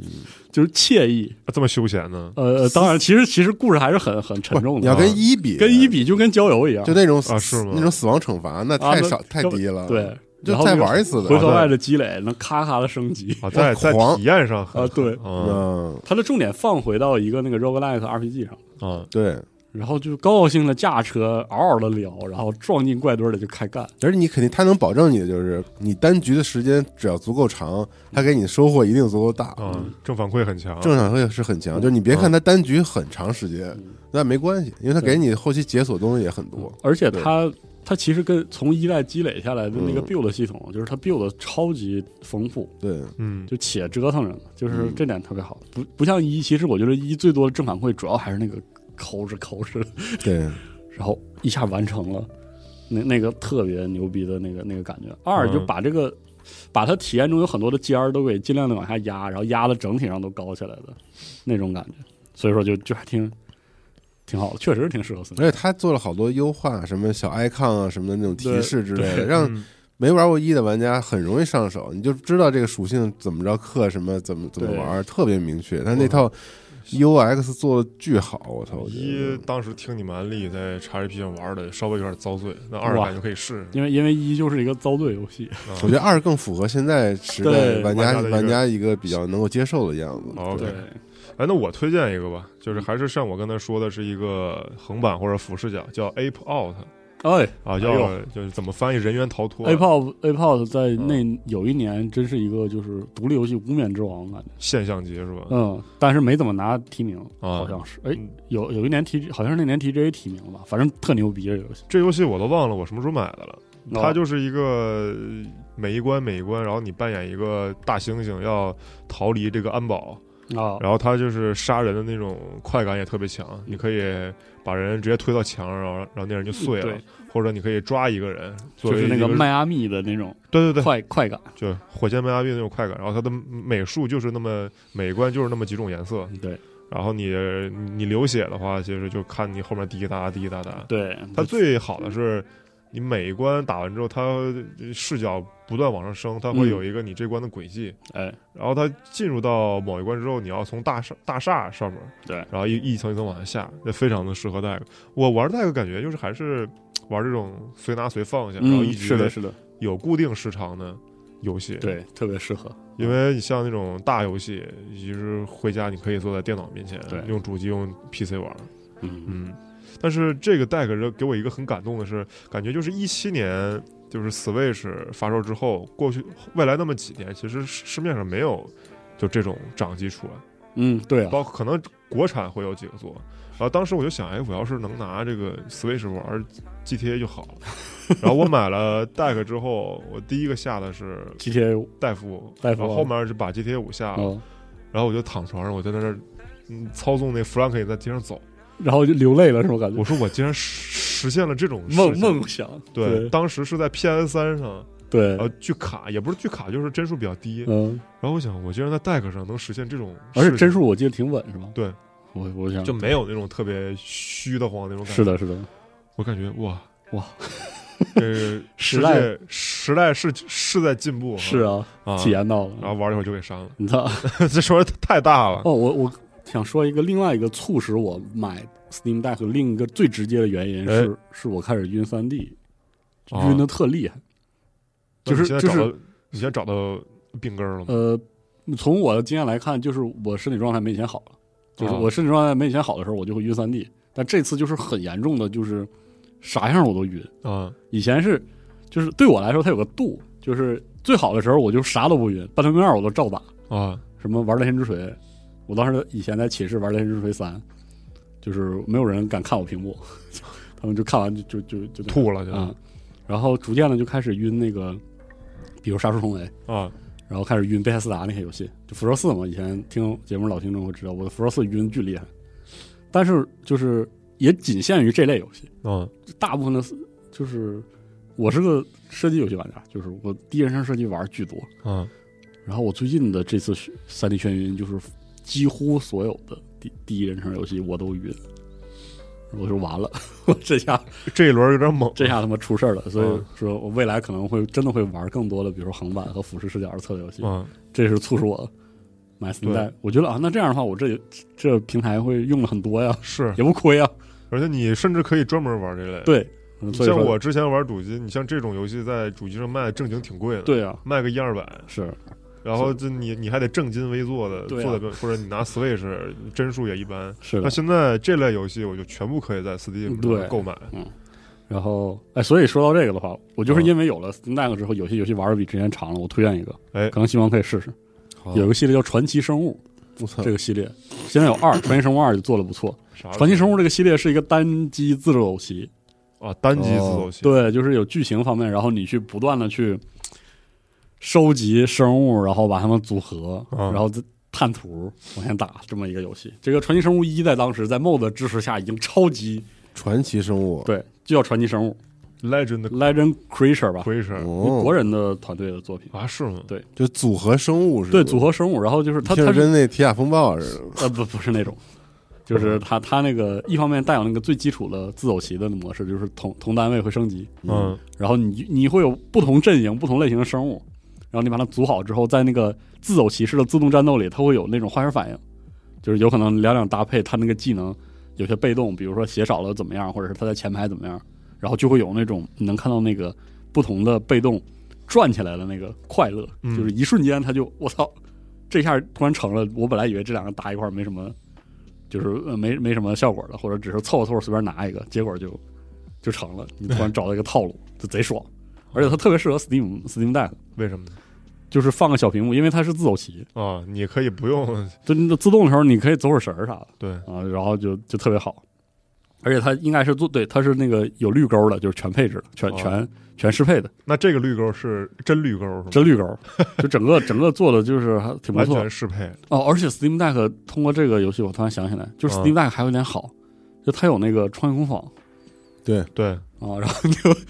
嗯
就是惬意。
啊这么休闲呢？
呃，呃当然，其实其实故事还是很很
不
沉
是
重的
你要
啊，
跟一比，
跟一比就跟郊游一样
就，那种
啊是吗
那种死亡惩罚那
啊
太
那
少太低了，
对，
就
然后
再
这个
玩一次呗
回合外的积累能咔咔的升 级
啊，在在
狂
体验上很
啊对
嗯
嗯，
它的重点放回到一个那个 roguelike RPG 上，
嗯，
对，
然后就高高兴兴的驾车嗷嗷的聊，然后撞进怪堆里就开干。
而且你肯定他能保证你的就是你单局的时间只要足够长，他给你的收获一定足够大。
啊，正反馈很
嗯
强，
正反馈是很
嗯
强，就是你别看它单局很长时间，那没关系，因为它
对
给你后期解锁东西也很多。
而且
嗯对
它它其实跟从一代积累下来的那个
嗯
build 系统，就是它 build 得超级丰富，
对，
嗯，
就且折腾人，就是
嗯
这点特别好。不不像一，其实我觉得一最多的正反馈主要还是那个抠着抠着，
对，
然后一下完成了，那那个特别牛逼的那个那个感觉。
嗯
二就把这个。把它体验中有很多的尖儿都给尽量的往下压，然后压的整体上都高起来的那种感觉，所以说就就还挺挺好的，确实挺适合 Switch
而且他做了好多优化，什么小 icon 啊，什么的那种提示之类
对 对
的，让
嗯
没玩过一的玩家很容易上手，你就知道这个属性怎么着克什么，怎么怎么
对
玩，特别明确。他那套 UX 做的巨好，我操！我觉
一
得
当时听你们案例在 XGP 上玩的稍微有点遭罪，那二
哇
感觉可以试试。
因为因为一就是一个遭罪游戏，
啊
我觉得二更符合现在时代
对
玩家
玩家的一个
玩家一个比较能够接受的样子。
好 OK，
对，
哎，那我推荐一个吧，就是还是像我刚才说的，是一个横版或者俯视角，叫 Ape Out
哎
啊，
哎
要
呦哎
就是怎么翻译人员逃脱啊
a p o d a p o d 在
嗯
那有一年真是一个就是独立游戏无冕之王感觉，
现象级是吧？
嗯，但是没怎么拿提名，
啊
好像是，哎
嗯，
有有一年 T 好像是那年 TGA 提名吧，反正特牛逼这游戏，
这游戏我都忘了我什么时候买的了。它
哦
就是一个呃每一关每一关，然后你扮演一个大猩猩要逃离这个安保，
啊，
然后它就是杀人的那种快感也特别
嗯
强，你可以把人直接推到墙上，然后然后那人就碎了
嗯对，
或者你可以抓一个人，作
就是
为
那
一个
个迈阿密的那种
对对对，
快快感，
就是火箭迈阿密那种快感。然后它的美术就是那么美观，就是那么几种颜色。
对
然后你你你流血的话，其实就看你后面滴答滴答答。
对，
它最好的是，你每一关打完之后，它呃视角不断往上升，它会
嗯
有一个你这关的轨迹。
哎
然后它进入到某一关之后，你要从大厦大厦上面，
对
然后一一层一层往下下，那非常的适合 deck。我玩 deck 感觉就是还是玩这种随拿随放下，然后一
嗯是
直
的是的，
有固定时长的游戏。，
对特别适合，
因为你像那种大游戏，其实回家你可以坐在电脑面前
对，
用主机用 PC 玩。
嗯
嗯，但是这个 deck 是给我一个很感动的是，感觉就是一七年就是 Switch 发售之后，过去未来那么几年，其实市市面上没有就这种掌机出来，
嗯对啊，
包括可能国产会有几个做。然后当时我就想，哎，我要是能拿这个 Switch 玩 GTA 就好了。然后我买了 deck 之后，我第一个下的是
GTA 五
戴夫，
戴夫
然后后面是把 GTA 五下了，
哦，
然后我就躺床上，我就在那儿，嗯，操纵那 Frank 在街上走。
然后就流泪了是我感觉
我说我竟然实实 现了这种事
梦
情
梦想，
对，当时是在 PS 三上，
对
呃，，巨卡也不是巨卡，就是帧数比较低。
嗯。
然后我想，我竟然在 Deck 上能实现这种事情，
而且帧数我记得挺稳，是吧？
对，
我我想
就没有那种特别虚的慌那种感觉。
是，的，是的，
我感觉哇
哇，
这
时代
世界时代是是在进步，
是
啊，
啊，
啊
体验到
然
了。
后玩了一会儿就给删了，
你看，
这说的太大了。
哦，我我想说一个另外一个促使我买 Steam Deck 的另一个最直接的原因
哎
是，是我开始晕三 D，
啊
晕的特厉害。
那
就是
你现在
就
找
是
到你现在找到病根儿了吗？
呃，从我的经验来看，就是我身体状态没以前好了，就是
啊
我身体状态没以前好的时候，我就会晕三 D，但这次就是很严重的，就是啥样我都晕。
啊，
以前是，就是对我来说，它有个度，就是最好的时候我就啥都不晕，半条命二我都照打。
啊，
什么玩《雷神之锤》，我当时以前在寝室玩《雷神之锤三》，就是没有人敢看我屏幕， 他们就看完就就就就
吐了就
啊、然后逐渐的就开始晕那个，比如《杀出重围》，
啊，
然后开始晕贝塞斯达那些游戏，就《辐射四》嘛，以前听节目老听众会知道，我的《辐射四》晕巨厉害，但是就是也仅限于这类游戏，
嗯
大部分的就是我是个射击游戏玩家，就是我第一人称射击玩儿巨多，
嗯
然后我最近的这次三 D 眩晕，就是几乎所有的第第一人称游戏我都晕，我说完了，我这下
这一轮有点猛，
这下他妈出事儿了，所以
嗯
说我未来可能会真的会玩更多的，比如说横版和俯视视角二次的游戏，
嗯
这是促使我买 Steam
对
Deck。我觉得啊，那这样的话，我这这平台会用的很多呀，
是，
也不亏啊。
而且你甚至可以专门玩这类。
对，嗯所以
像
说
我之前玩主机，你像这种游戏在主机上卖正经挺贵的，，
对啊，
卖个一二百，
是
然后这你你还得正襟危坐的
对啊
坐在边，或者你拿 Switch 帧数也一般。
是
那
的。嗯
现在这类游戏我就全部可以在 Steam
对
上购买，
然后，哎，所以说到这个的话，我就是
嗯
因为有了 Steam Deck 之后，有些游戏玩的比之前长了，我推荐一个，
哎
可能希望可以试试。
好
有一个系列叫《传奇生物
我》操
这，个系列，现在有二，《传奇生物二》就做的不错。
啥
《传奇生物》
物
这个系列是一个单机自走棋，
啊，单机自走棋，
对，就是有剧情方面，然后你去不断的去收集生物，然后把它们组合，
嗯
然后再探图往前打这么一个游戏。这个《传奇生物一》在当时在 MOD 支持下已经超级
传奇生物，
对，就叫《传奇生物
Legend》
（Legend Creature） 吧，
Creature
一国
哦，
人的团队的作品。
啊，是吗？
就组合生物是吧
对组合生物，然后就是它，
听
它
着
是
跟那铁甲风暴似的。
呃不不是那种，就是它它那个一方面带有那个最基础的自走棋的模式，就是同同单位会升级，
嗯，
然后你你会有不同阵营、不同类型的生物，然后你把它组好之后，在那个自走骑士的自动战斗里，它会有那种化学反应，就是有可能两两搭配，它那个技能有些被动，比如说血少了怎么样，或者是它在前排怎么样，然后就会有那种你能看到那个不同的被动转起来的那个快乐，
嗯
就是一瞬间它就我操，这下突然成了我本来以为这两个搭一块儿没什么，就是呃没没什么效果的，或者只是凑合凑合随便拿一个，结果就就成了，你突然找到一个套路，就贼爽，而且它特别适合 Steam Steam Deck，
为什么呢？
就是放个小屏幕，因为它是自走棋，
啊，你可以不用
就你自动的时候你可以走会儿神儿啥的。
对
啊，然后就就特别好，而且它应该是做对，它是那个有绿钩的，就是全配置的，全、
哦
全全适配的，
那这个绿钩是真绿钩是吗？
真绿 钩，就整个整个做的就是还挺不
完
错
全适配
哦。而且 Steam Deck 通过这个游戏，我突然想起来，就是
嗯
Steam Deck 还有一点好，就它有那个创意工坊
对，
对
啊，然后就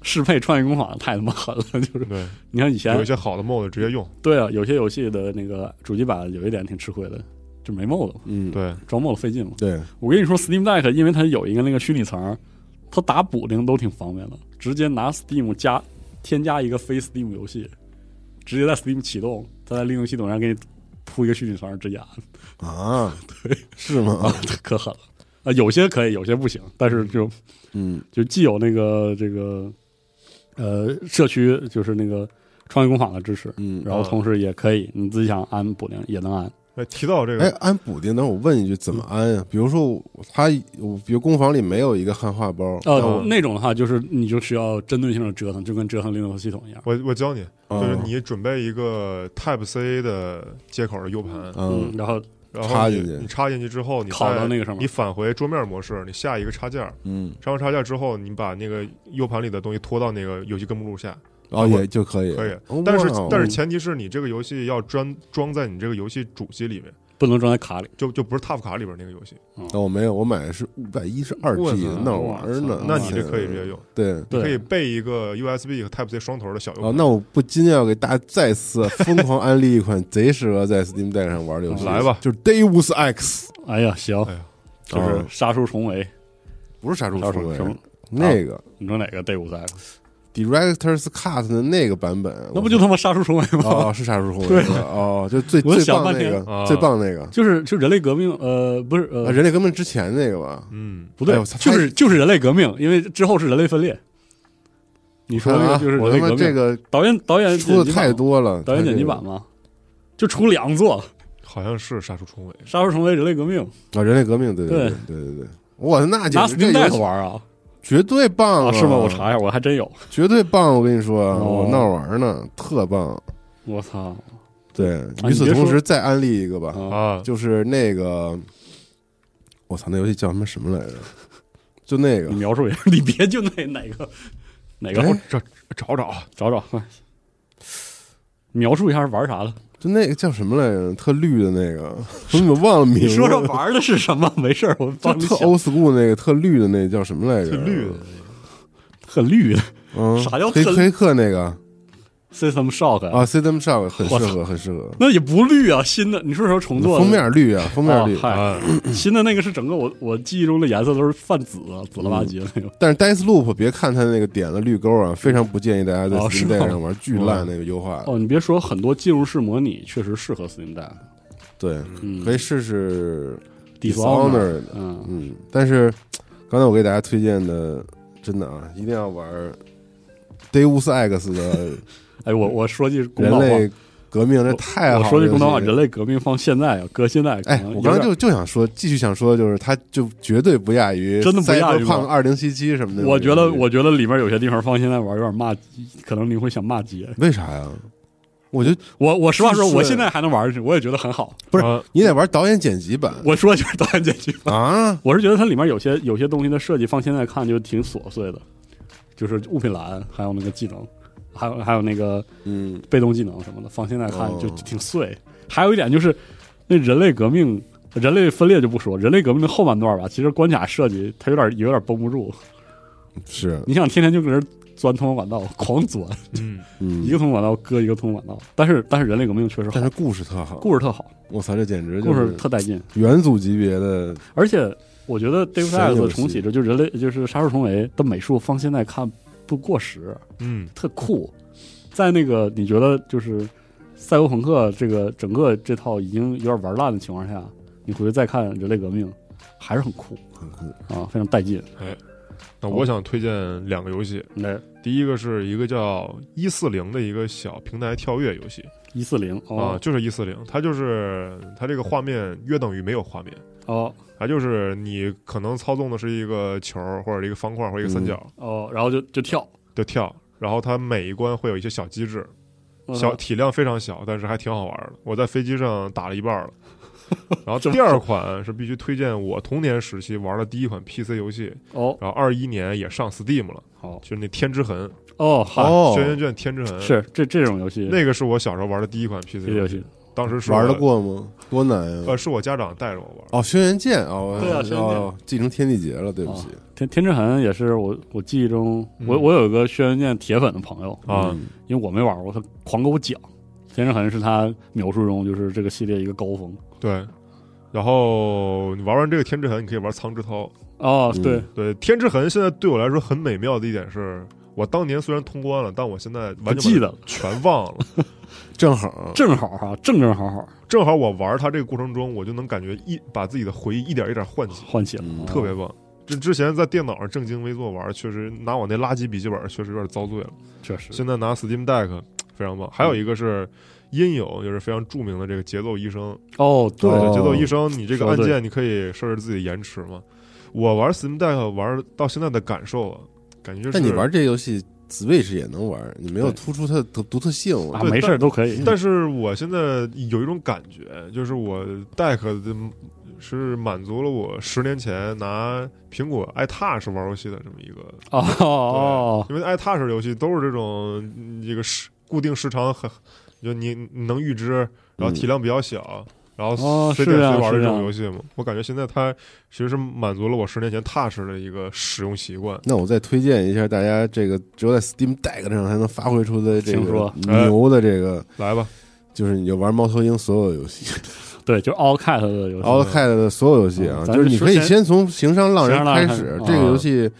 适配创意工坊太他妈狠了，就是
对，
你看以
有
前
一些好的 mod 直接用，
对啊，有些游戏的那个主机版有一点挺吃亏的，就没 mod 嘛
嗯，
对，
装 mod 费劲嘛。
对，
我跟你说，Steam Deck 因为它有一个那个虚拟层，它打补丁都挺方便的，直接拿 Steam 加添加一个非 Steam 游戏，直接在 Steam 启动，再在 Linux 系统上给你铺一个虚拟层，直接按
啊， 对，是吗？
可狠了。啊、有些可以，有些不行，但是就
嗯，
就既有那个这个呃社区，就是那个创业工坊的支持，
嗯
然后同时也可以你自己想安补丁也能安，
哎，提到这
哎
个，，
安补丁，等会儿我问一句，怎么
嗯
安呀？比如说我，他，我比如工坊里没有一个汉化包，
呃，
嗯
那种的话就是你就需要针对性的折腾，就跟折腾 Linux 系统一样。
我我教你，就是
嗯
你准备一个 Type C 的接口的 U 盘，
嗯
嗯，
然后
然后
插
你
进去
你插进去之后，你
拷到
再
那个上面
你返回桌面模式，你下一个插件，
嗯，
插完插件之后，你把那个 U 盘里的东西拖到那个游戏根目录下，
哦，也就可以，
可以
哦。
但是
哇哦
但是前提是你这个游戏要装装在你这个游戏主机里面，
不能装在卡里。
就就不是 TAF 卡里边那个游戏，
那我没有，我买的是五百一十二
我
G，
操
闹玩儿呢嗯
我。
那你这可以直接用，
对，
你可
对
以备一个 USB 和 Type C 双头的小 U
哦，
盘。
那我不禁要给大家再次啊疯狂安利一款贼适合在 Steam Deck 上玩的游戏，
来吧
就是 Deus X，
哎呀，行，
哎呀
就是
啊
杀出重围，
不是杀猪
杀
重
出
围
什么？
那个
你说哪个 Day 五赛？
Director's Cut 的那个版本，啊
那不就他妈杀出重围吗？
哦是杀猪重围是吧哦，就最
我
最
想
棒
半
那
天
个
啊
最棒那个，
就是就人类革命，呃，不是
啊
呃，
人类革命之前那个吧？
嗯，
不对
哎我，操
就是就是人类革命，因为之后是人类分裂。你说那
啊
个就是
我
人
他
类革
妈这
命，
个
导演导演
出
剪
的
辑
太
版吗，
多了，
导演
它
剪辑
这个
版吗？就出两座，
好像是杀出重围。
杀出重围，人类革命，
啊，人类革命对对
对
对对对，我那简
拿
直这
Steam
游
Deck
戏
玩啊？
绝对棒
啊，
啊
是吗？我查一下，我还真有。
绝对棒！我跟你说，啊
哦
我闹玩儿呢，特棒。
我操！
对，
啊
与此
你别
同
说
时再安利一个吧，
啊，
啊，
就是那个，我操，那游戏叫什么什么来着？就那个
你描述一下，你别就那哪个哪个
哎
找找找，
找啊找，快描述一下是玩啥的。
就那个叫什么来着？特绿的那 个，我怎么忘了名字？
你说说玩的是什么？没事儿，我
就
帮你
特
想。
old school 那个特绿的那个叫什么来着？
最绿的，
很绿的
嗯，
啥叫
黑
特
黑客那个
System Shock 啊，
啊？System Shock 很
我
适合，很适合。
那也不绿啊。新的，你是不是说重做的
封面绿啊，封面绿
哦。嗨，
啊，
新的那个是整个我我记忆中的颜色都是泛紫，啊紫了吧唧的那种。
但是 Dice Loop 别看它那个点了绿钩啊，非常不建议大家在
哦是
Steam
吗
Deck 上玩，巨烂那个优化。
哦，你别说，很多进入式模拟确实适合 Steam Deck。
对，
嗯，
可以试试
Dishonored，
Dishonored
嗯，
嗯，但是刚才我给大家推荐的真的啊，一定要玩 Deus Ex 的
哎，我我说句公道
人
话，
类革命，这太好
我
了。
说句公道话，
这
人类革命放现在啊，搁现在可
哎，
能有
我
点，
刚才就就想说，继续想说，就是它就绝对不亚于
真的不亚于吗
胖二零七七什么的。
我觉得我觉得里面有些地方放现在玩有点骂，可能你会想骂街。
为啥呀？我觉得
我我实话说，
就是
我现在还能玩下去，我也觉得很好。
不是
啊
你得玩导演剪辑版
我说就是导演剪辑，
啊，
我是觉得它里面有些有些东西的设计，放现在看就挺琐碎的，就是物品栏，还有那个技能，还有还有那个
嗯，
被动技能什么的，放现在看就
哦
挺碎。还有一点就是，那人类革命、人类分裂就不说，人类革命的后半段吧，其实关卡设计它有点有点绷不住。
是，
你想天天就搁这儿钻通风管道，狂钻
嗯，
嗯
一个，通风管道割一个通风管道，但是但是人类革命确实好
但，是故事特好，
故事特好，
我操，这简直就
故事
是
特带劲，
元祖级别的，
而且我觉得 Deus
神游
Ex
戏
重启这就人类就是杀手重围的美术放现在看不过时，
嗯，
特酷。在那个你觉得就是赛博朋克这个整个这套已经有点玩烂的情况下，你回去再看人类革命还是很酷
很酷。
啊，非常带劲。
那我想推荐两个游戏，
那
第一个是一个叫一四零的一个小平台跳跃游戏
一四零
啊，
哦
就是一四零，它就是它这个画面约等于没有画面，
哦
它就是你可能操纵的是一个球儿或者一个方块或者一个三角
哦，然后就就跳
的跳，然后它每一关会有一些小机制，
嗯哦
小体量非常小，但是还挺好玩的。我在飞机上打了一半了。然后第二款是必须推荐我童年时期玩的第一款 PC 游戏，
哦
然后二一年也上 Steam 了，
好
就是那《天之痕》
哦好
哦
轩辕剑《天之痕》
是这这种游戏
那个是我小时候玩的第一款 PC
这个游
游戏，
戏
当时是我
玩得，过吗？多难呀！
呃，是我家长带着我玩的。
哦，轩辕剑哦，
对啊轩辕剑
哦继承天地劫了，对不起
天天之痕也是我我记忆中
嗯
我我有一个轩辕剑铁粉的朋友
啊
嗯
因为我没玩过，他狂给我讲。天之痕是他描述中就是这个系列一个高峰
对，然后你玩完这个《天之痕》，你可以玩《苍之涛》。
哦，
嗯
对，
对，《天之痕》现在对我来说很美妙的一点是，我当年虽然通关了，但我现在
不
完全
记得了，
把它全忘了。
正好
正好哈、正正好好
正好我玩它这个过程中，我就能感觉一把自己的回忆一点一点唤起，
唤起了，
嗯
啊
特别棒。这之前在电脑上正襟危坐玩，确实拿我那垃圾笔记本确实有点遭罪了。
确实
现在拿 Steam Deck 非常棒，还有一个是音友，就是非常著名的这个节奏医生。
哦，对，
哦
节奏医生，你这个
说
按
得对
键你可以设置自己的延迟嘛？我玩 Steam Deck 玩到现在的感受啊，感觉就是
但你玩这游戏，Switch 也能玩，你没有
对
突出它的独独特性。我
啊，
对
没事儿都可以，
但是我现在有一种感觉，就是我 Deck 的是满足了我十年前拿苹果 iTouch 玩游戏的这么一个
哦哦，
对因为 iTouch 游戏都是这种嗯这个时固定时长很，就你你能预知，然后体量比较小，然后
嗯哦
随
是
点
这样
随玩的
是
这
这
种
样
游戏嘛。我感觉现在它其实是满足了我十年前 Touch 的一个使用习惯。
那我再推荐一下大家，这个只有在 Steam Deck 上才能发挥出的这
请
个
说
牛的这个，
来吧，
就是你就玩猫头鹰所有游戏
对，就是 All Cat 的游戏，
，AllCat 的所有游戏啊，
嗯咱
就是你
首
可以
先
先从《行商浪人
行》商浪
开
人
始，
开始
这个
啊
游戏。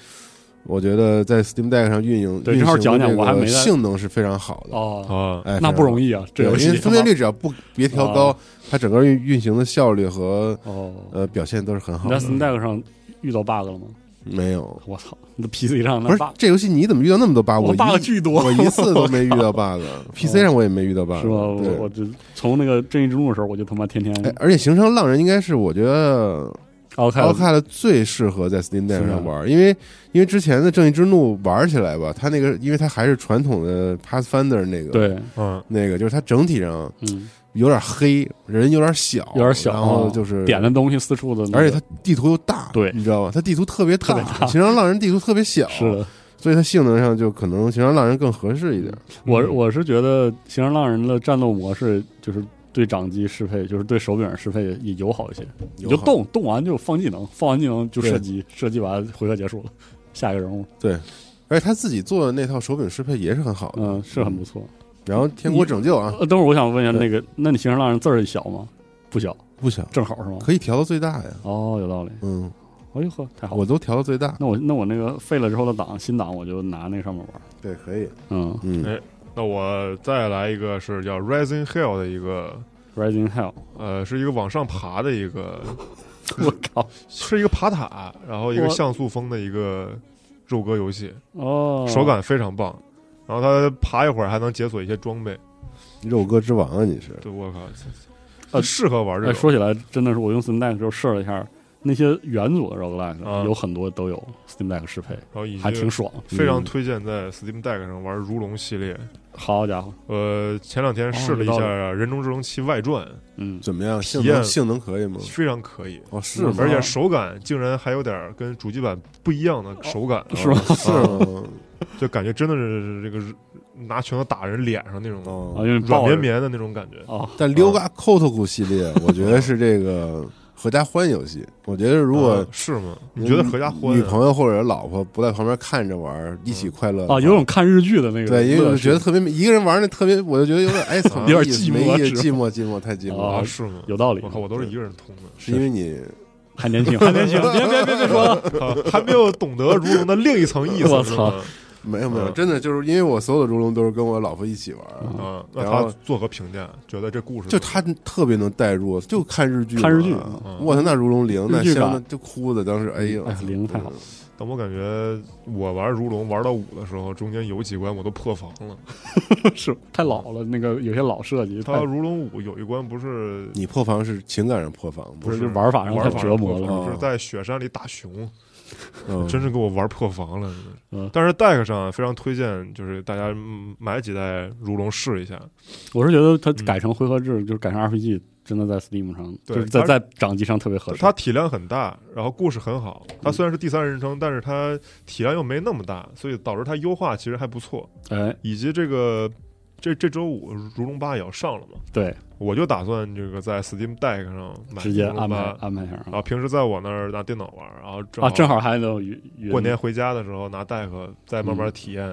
我觉得在 Steam Deck 上运营，
对
运
正好
行
讲
的
讲
这
我还
个
没在
性能是非常好的，
哦，
啊，
哎，
那不容
易。
易啊，这
对，
游
因为
戏
分辨率只要不别调高，它整个运运行的效率和
哦，
呃表现都是很好
你在
的。
Steam Deck 上遇到 bug 了吗？
没有，
我操，你的 PC 上
不
那
是
bug
这游戏你怎么遇到那么多 bug？我啊
我 bug
一
巨多，哦
我一次都没遇 到 bug，PC 上我也没遇到 bug，
是吧？我
对
我这从那个《正义之怒》的时候，我就他妈天天
哎，而且《行商浪人》应该是我觉得
All Cat
奥卡的最适合在 Steam Deck
是啊
上玩，因为因为之前的《正义之怒》玩起来吧，它那个因为它还是传统的 Pathfinder 那个，
对，
嗯，
那个就是它整体上
嗯，
有点黑，人有点小，
有点小
哦
啊
然后就是
点的东西四处的那个，
而且它地图又大，
对
你知道吧？它地图特别
特别
大，行商浪人地图特别小，
是的，
所以它性能上就可能行商浪人更合适一点。
我
嗯
我是觉得《行尸浪人》的战斗模式就是对掌机适配，就是对手柄适配也友好一些。你嗯就
友好
动动完就放技能，放完技能就
对
射击，射击完回合结束了，下一个人物，
而且他自己做的那套手柄适配也是很好的，
嗯，是很不错。
然后《天国拯救》啊，
呃，等会儿我想问一下，
对
那个，那你《行尸浪人》字儿小吗？不小，
不小，
正好是吗？
可以调到最大呀。
哦，有道理。
嗯，
哎呦呵，太好了
我。都调到最大。
那我那我那个废了之后的档新档，我就拿那上面玩。
对，可以。
嗯
嗯
哎那我再来一个是叫 Rising Hill 的一个，
，Rising Hell，
呃，是一个往上爬的一个，
我靠，
是一个爬塔，然后一个
我
像素风的一个。肉鸽游戏，
哦，
手感非常棒。然后它爬一会儿还能解锁一些装备，
肉鸽之王啊，你是
对我靠，这
呃
适合玩这
哎，
种。
说起来真的是，我用 Steam Deck 之后试了一下，那些元祖的 roguelike、
啊
有很多都有 Steam Deck 适配，
然后以及
还挺爽。
非
嗯
常推荐在 Steam Deck 上玩《如龙》系列。
好家伙，
呃，前两天试了一下
哦知道
《人中之龙七外传
嗯，
怎么样？
体
性
验
能性能可以吗》，？
非常可以，
哦，是吗？
而且手感竟然还有点儿跟主机版不一样的手感，
哦
是吗？
是吗？
就感觉真的是这个拿拳头打人脸上那种
啊，
哦，
因为
软
抱着
绵绵的那种感觉。
哦，
但 Yoga Kotoku 系列，我觉得是这个合家欢游戏。我觉得如果
啊是吗？你觉得合家欢啊？
女朋友或者老婆不在旁边看着玩儿，一起快乐的话
啊，有种看日剧的那个乐趣，
对，因为我觉得特别一个人玩儿那特别，我就觉得有点哎，操
有点寂寞
没意思
是
寂寞寂寞太寂寞
啊
了，
啊，是吗？
有道理
我。靠，我都是一个人通的，
是因为你
还年 轻，还年轻，别别别别说了，
啊还没有懂得如龙的另一层意思。
我操
没有没有，
嗯
真的就是因为我所有的如龙都是跟我老婆一起玩儿，
是吗！
嗯
啊，那
然后
他作何评价？觉得这故事
就
怎么
他特别能代入，就看日剧嘛，啊
看日剧
嗯
我操，那如龙零那
日剧
香
吧
的就哭的，当时哎呦
哎，零太好了，
但我感觉我玩如龙玩到五的时候，中间有几关我都破防了。
是太老了，那个有些老设计，
它
太
如龙五有一关不是
你破防是情感上破防吗，
不
是
是就玩法上
玩
太
法
折磨
破
了啊
防
了
是在雪山里打熊，
嗯
真是给我玩破防了。
嗯
但是 Deck 上非常推荐，就是大家嗯买几代如龙试一下。
我是觉得它改成回合制，就是改成 RPG，真的在 Steam 上，
对
就是在
它
在掌机上特别合适。
它体量很大，然后故事很好。它虽然是第三人称，但是它体量又没那么大，所以导致它优化其实还不错。
哎，
以及这个这这周五如龙八也要上了嘛，
对，
我就打算这个在 Steam Deck 上买
直接
如龙
安排
八。
安排一下
然后啊平时在我那儿拿电脑玩，然后正
啊，正好还能有云云
过年回家的时候拿 Deck 再慢慢
嗯
体验，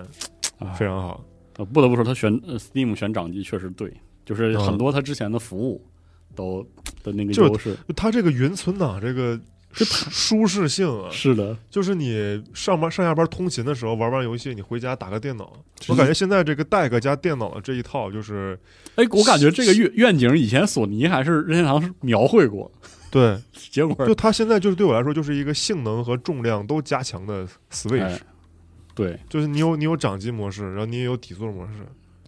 啊
非常好。
呃，不得不说，它选呃 Steam 选掌机确实对，就是
嗯
很多它之前的服务都的那个
就
优势。
就它这个云存档这个舒舒适性啊，
是的，
就是你上班上下班通勤的时候玩完游戏，你回家打个电脑，
是
我感觉现在这个 Deck 加电脑的这一套就是
哎，我感觉这个愿愿景以前索尼还是任天堂是描绘过，
对，
结果
就它现在就是对我来说就是一个性能和重量都加强的 Switch，、
哎对
就是你有你有掌机模式，然后你也有底座模式，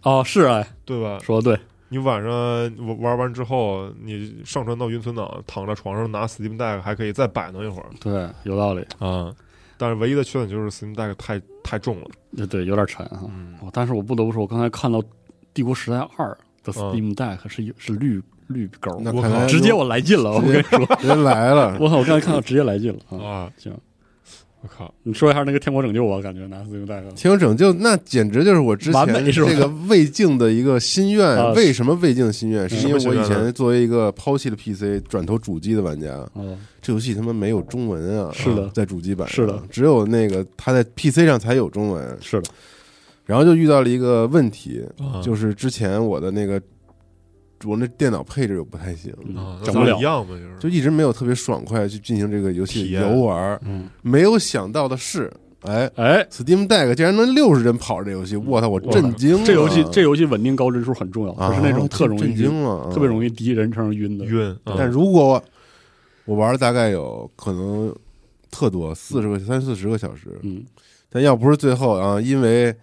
哦是哎，
对吧？
说的对，
你晚上玩玩完之后，你上传到云存档，躺在床上拿 Steam Deck 还可以再摆弄一会儿
对，有道理，
啊。但是唯一的缺点就是 Steam Deck 太太重了，
对对，有点沉哈、
嗯，
哦但是我不得不说，我刚才看到《帝国时代二》的 Steam Deck 是、是绿绿勾，
那
我
看
靠
来
直接我来劲了，我跟你说，
人来了，
我靠，我刚才看到直接来劲了啊！
啊，
行，
我靠，
你说一下那个《天国拯救》吧，我感觉拿 Steam Deck
挺有拯救，那简直就是我之
完
前
美是吧
这个未竟的一个心愿。
啊
为什么未竟心愿？是因为我以
什么心愿
前作为一个抛弃了 PC 转投主机的玩家，
哦，
这游戏他妈没有中文啊！
是的
啊在主机版上
是的，
只有那个它在 PC 上才有中文。
是的，
然后就遇到了一个问题，
啊
嗯
就是之前我的那个我那电脑配置又不太行，
嗯
啊，那
整
咱
不
俩
了
一，样嘛，就是
就一直没有特别爽快去进行这个游戏
体
的
验
游玩儿。
嗯，
没有想到的是，哎。
哎，
Steam Deck 竟然能六十帧跑着这游戏，我操！我
哇
震惊了。
这游戏这游戏稳定高帧数很重要，
嗯啊
不是那种特容易
震
晕、
惊了，
特别
易。
容易嗯第一人称晕的。
晕。啊
但如果我我玩了大概有可能特多四十个三四十个小时，
嗯，
但要不是最后啊，因为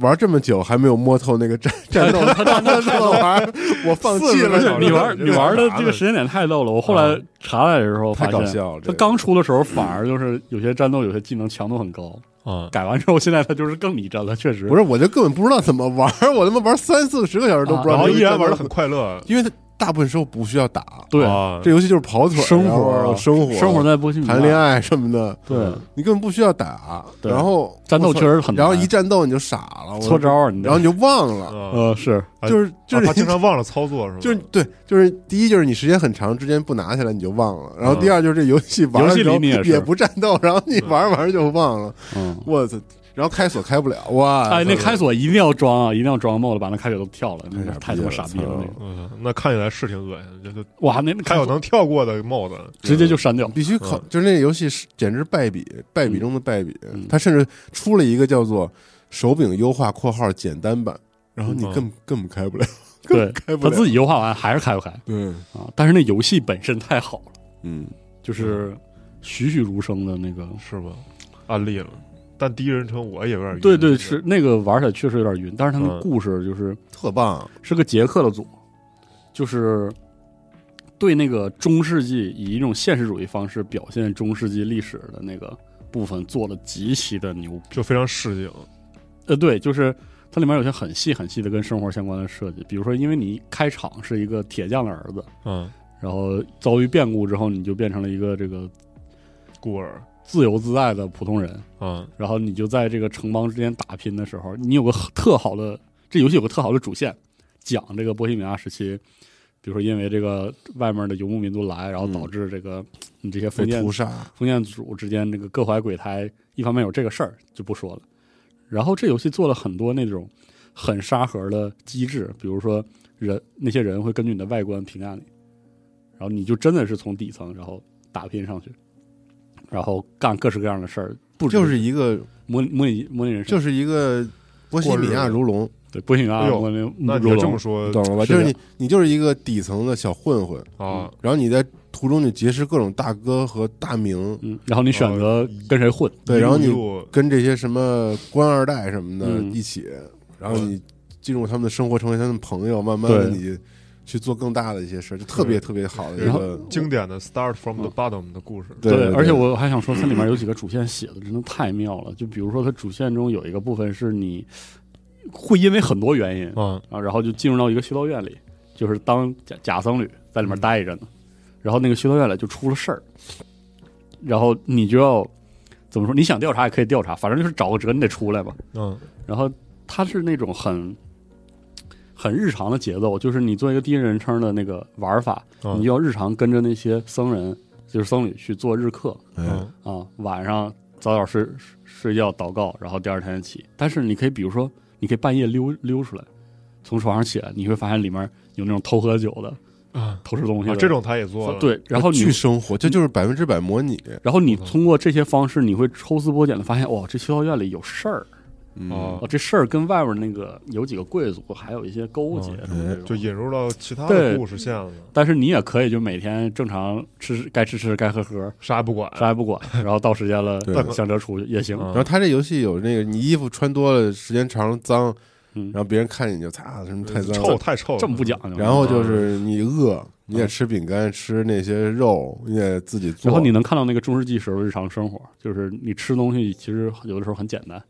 玩这么久还没有摸透那个战战斗 战斗玩儿，我放弃
40个
不
了
小
是
时。
你玩
这
你玩的
这
这个时间点太逗了，我后来查来的时候
啊太
发
搞
现，
笑了，这
它
个
刚出的时候反而就是有些战斗有些技能强度很高，
啊，
改完之后现在它就是更拟真了，确实
不是，我就根本不知道怎么玩儿， 我他妈玩三四十个小时都不知
然
道
后
这
依
个战斗，
啊然玩的很快乐，
因为它大部分时候不需要打，
对、
啊
这游戏就是跑腿儿、
生
然后
活啊
生活、
生活在波西米亚
谈恋爱什么的，
对
你根本不需要打，
对
然后
战斗确实很难
然后一战斗你就傻了，我
搓招，啊，你知道
然后你就忘了，
啊
呃是
啊
就是就是
啊他经常忘了操作 是吧？
就是对，就是第一就是你时间很长，之间不拿起来你就忘了，然后
嗯
第二就是这游戏玩了之后
游戏里你也是
也不战斗，然后你玩着玩着就忘了，
嗯。
我操！然后开锁开不了，哇！
哎，那
操
开锁一定要装啊，一定要装 mod，把那开锁都跳了，那
太傻逼了
太他妈傻逼了！那
操
个，
嗯，那看起来是挺恶心的，就是
哇，那那
还
开
有
锁
能跳过的帽子，
直接就删掉。
必须考
嗯，
就是那游戏是简直败笔，败笔中的败笔
嗯。
它甚至出了一个叫做手柄优化（括号简单版），然后你
嗯
根根本开不了，根
哦 对
本，开不
他
了。
自己优化完还是开不开
对，
啊？但是那游戏本身太好了，
嗯，
就是栩栩如生的那个，
是吧？案例了。但第一人称我也有点晕。
对对，是那个玩起来确实有点晕，但是他
嗯
们故事就是、
特棒，
是个捷克的组，就是对那个中世纪以一种现实主义方式表现中世纪历史的那个部分做的极其的牛逼。
就非常市井。
呃，对，就是它里面有些很细很细的跟生活相关的设计，比如说，因为你一开场是一个铁匠的儿子，
嗯，
然后遭遇变故之后，你就变成了一个这个
孤儿。
自由自在的普通人，
嗯
然后你就在这个城邦之间打拼的时候，你有个很特好的，这游戏有个特好的主线，讲这个波西米亚时期，比如说因为这个外面的游牧民族来，然后导致这个、你这些封
被
建
屠杀，
封建主之哎间这个各怀鬼胎，一方面有这个事儿就不说了，然后这游戏做了很多那种很沙盒的机制，比如说人那些人会根据你的外观评价你，然后你就真的是从底层然后打拼上去，然后干各式各样的事儿，不只
就是一个
模拟模拟模拟人生，
就是一个波西米亚如龙，
对不行啊
哎，呦
模拟
那你
如
要这么
龙，
说
懂了吧？
是啊
就
的
是你你就是一个底层的小混混，
啊，
然后你在途中你结识各种大哥和大名，
嗯，然后你选择跟谁混，
呃对，
一
然后
路
你
一路
跟这些什么官二代什么的
嗯
一起，然后你进入他们的生活，成为他们朋友，慢慢的
对
你去做更大的一些事儿，就特别特别好的一
然
个
经典的 start from the bottom 的故事。
对对对
而且我还想说，它里面有几个主线写的真的太妙了。就比如说，它主线中有一个部分是你会因为很多原因
嗯
啊，然后就进入到一个修道院里，就是当假假僧侣在里面待着呢。然后那个修道院里就出了事儿，然后你就要怎么说？你想调查也可以调查，反正就是找个辙，你得出来吧。
嗯
然后它是那种很很日常的节奏，就是你做一个第一人称的那个玩法，
嗯
你就要日常跟着那些僧人，就是僧侣去做日课
哎
嗯
啊，晚上早早睡睡觉祷告，然后第二天起。但是你可以比如说，你可以半夜溜溜出来，从床上起来，你会发现里面有那种偷喝酒的、
啊，
偷吃东西的、
这种他也做了。，
哎
啊
对，然后你嗯
去生活，这就是百分之百模拟，
然后
嗯
你通过这些方式，你会抽丝剥茧的发现，哇，这修道院里有事儿。
嗯，
哦
哦，这事儿跟外面那个有几个贵族还有一些勾
哦
结
嗯
什么的这种，
就引入到其他的
对嗯
故事线了，
但是你也可以就每天正常吃，该吃吃，该喝喝，
啥也不管。
啥也 不管，然后到时间了
对嗯
想着出去也行。
然后他这游戏有那个你衣服穿多了，时间长了脏，
嗯
然后别人看见你就擦什么太脏
臭
了，
太臭了，
这么不讲究，
然后就是你
嗯
饿，你也吃饼干，吃那些肉，你也自己
嗯
做，
然后你能看到那个中世纪时候的日常生活，就是你吃东西其实有的时候很简单，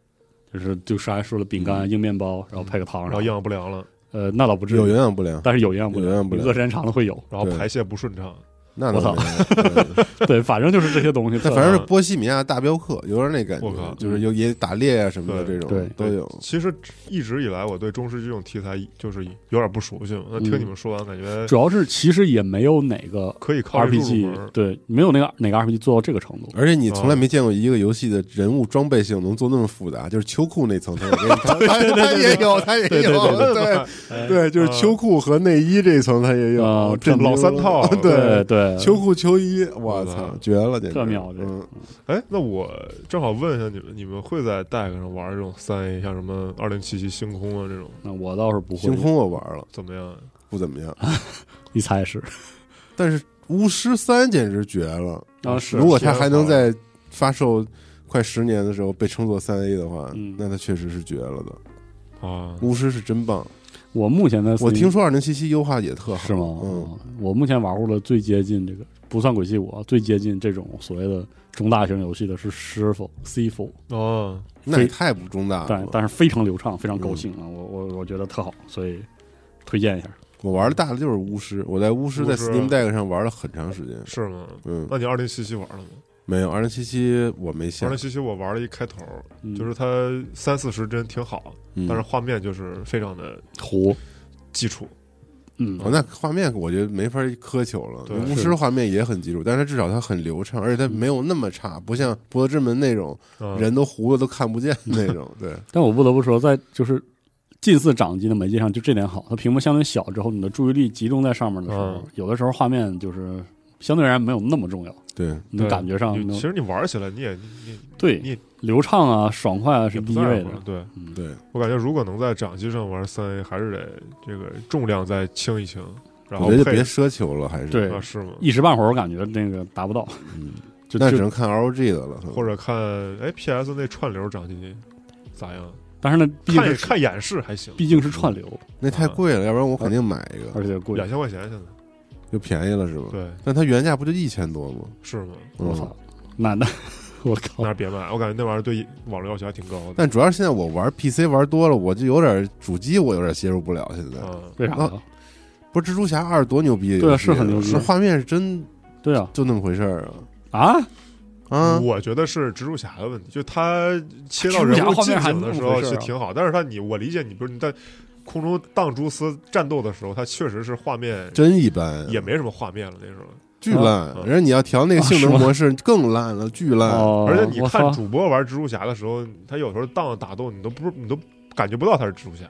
就是就是刚才说了，饼
嗯
干、硬面包，然后配个汤，
然
然
后
后
营养不良了，
呃，那倒不至
有营
于，
养不良，
但是有营养不
有营养
良，
不
你
良
饿时间长了会有。
然后
对
排泄不顺畅，
那
我
倒
操
没有。对
对，反正就是这些东西特
但
别。
反正是波西米亚大镖客，有点那感
我靠
觉，就是有也打猎啊什么的
对
这种
对
都有。
其实一直以来，我对中式这种题材就是有点不熟悉嘛。那听你们说完，感觉
嗯主要是其实也没有哪个
可以靠这入
RPG
门。
对，没有那个哪个 RPG 做到这个程度。
而且你从来没见过一个游戏的人物装备性能做那么复杂，就是秋裤那层，他也给你他他他也有，他也有，
哎
对对，就是秋裤和内衣这一层他也有，
啊
我震惊
老三套
了 对，
对，
秋裤秋衣，我
我操
操，绝了，简直
特妙这个
嗯，
哎，那我正好问一下你们，你们会在 Deck 上玩这种三 A，像什么二零七七星空啊这种
那我倒是不会。
星空我玩了，
怎么样？
不怎么样，
你猜是？
但是巫师三简直绝了，
啊是
如果它还能在发售快十年的时候被称作三 A 的话，
嗯
那它确实是绝了的。
啊，
巫师是真棒，
我目前的
我
Steam-
听说二零七七优化也特好，
是吗？
嗯，
嗯，我目前玩过的最接近这个不算鬼泣五啊，最接近这种所谓的中大型游戏的是师傅 C 服，
啊
哦，
那也太不中大
但
了。
但是非常流畅，非常
嗯
高兴啊！我我我觉得特好，所以推荐一下。
我玩的大的就是巫师，我在巫师
巫
在
师
Steam Deck 上玩了很长时间。
是吗？
嗯，
那你二零七七玩了吗？
没有二零七七我没
二
下
零，七七我玩了一开头，
嗯
就是它三四十帧挺好，
嗯
但是画面就是非常的
啊
胡，
基础。
嗯，
哦那画面我觉得没法苛求了
对。
巫
是
师画面也很基础，但是至少它很流畅，而且它没有那么差，不像《博德之门》那种
嗯
人都糊了都看不见那种。对，
但我不得不说，在就是近似掌机的媒介上，就这点好，它屏幕相对小之后，你的注意力集中在上面的时候，
嗯
有的时候画面就是相对而言没有那么重要，
对，
你的
对
感觉
啊
上
啊你
能
其实你玩起来你也你你
对
你
流畅啊、爽快啊
也
是
不
第一
在
位
乎
的
了。。对
嗯，
对，
我感觉如果能在掌机上玩三 A，还是得这个重量再轻一轻，然后
我觉得
配
别奢求了，还是
对
啊是吗？
一时半会儿我感觉那个达不到，
嗯，
就
那只
就
能看 ROG 的了，
嗯
或者看哎 PS 那串流掌机咋样？
但是呢，毕竟
看
是
看演示还行，
毕竟是串流，
那太贵了，要不然我肯定买一
而
个，
且贵嗯
两。千块钱现在，
就便宜了是吧？
对，
但它原价不就一千多吗？
是吗？
嗯
我操，那那我靠，
那别买，我感觉那玩意儿对网络要求还挺高的。
但主要是现在我玩 PC 玩多了，我就有点主机我有点接受不了。现在
嗯，
为啥啊呀？
不是蜘蛛侠二多牛逼的游戏，
对啊是很牛逼
那画面是真
对啊，
就那么回事儿啊
啊，
啊！
我觉得是蜘蛛侠的问题，就他切到
蜘蛛
人
侠
物
画
近
面还
景的时
那么
候
回事
是
儿啊
挺好，但是他你我理解你，比如你在空中荡蛛丝战斗的时候，他确实是画面
真一般，
也没什么画面了那时候，
巨烂。
嗯
人家你要调那个性能模式更烂了，巨烂。
哦，
而且你
我
看
操
主播玩蜘蛛侠的时候，他有时候荡打斗，你都不你都感觉不到他是蜘 蛛侠，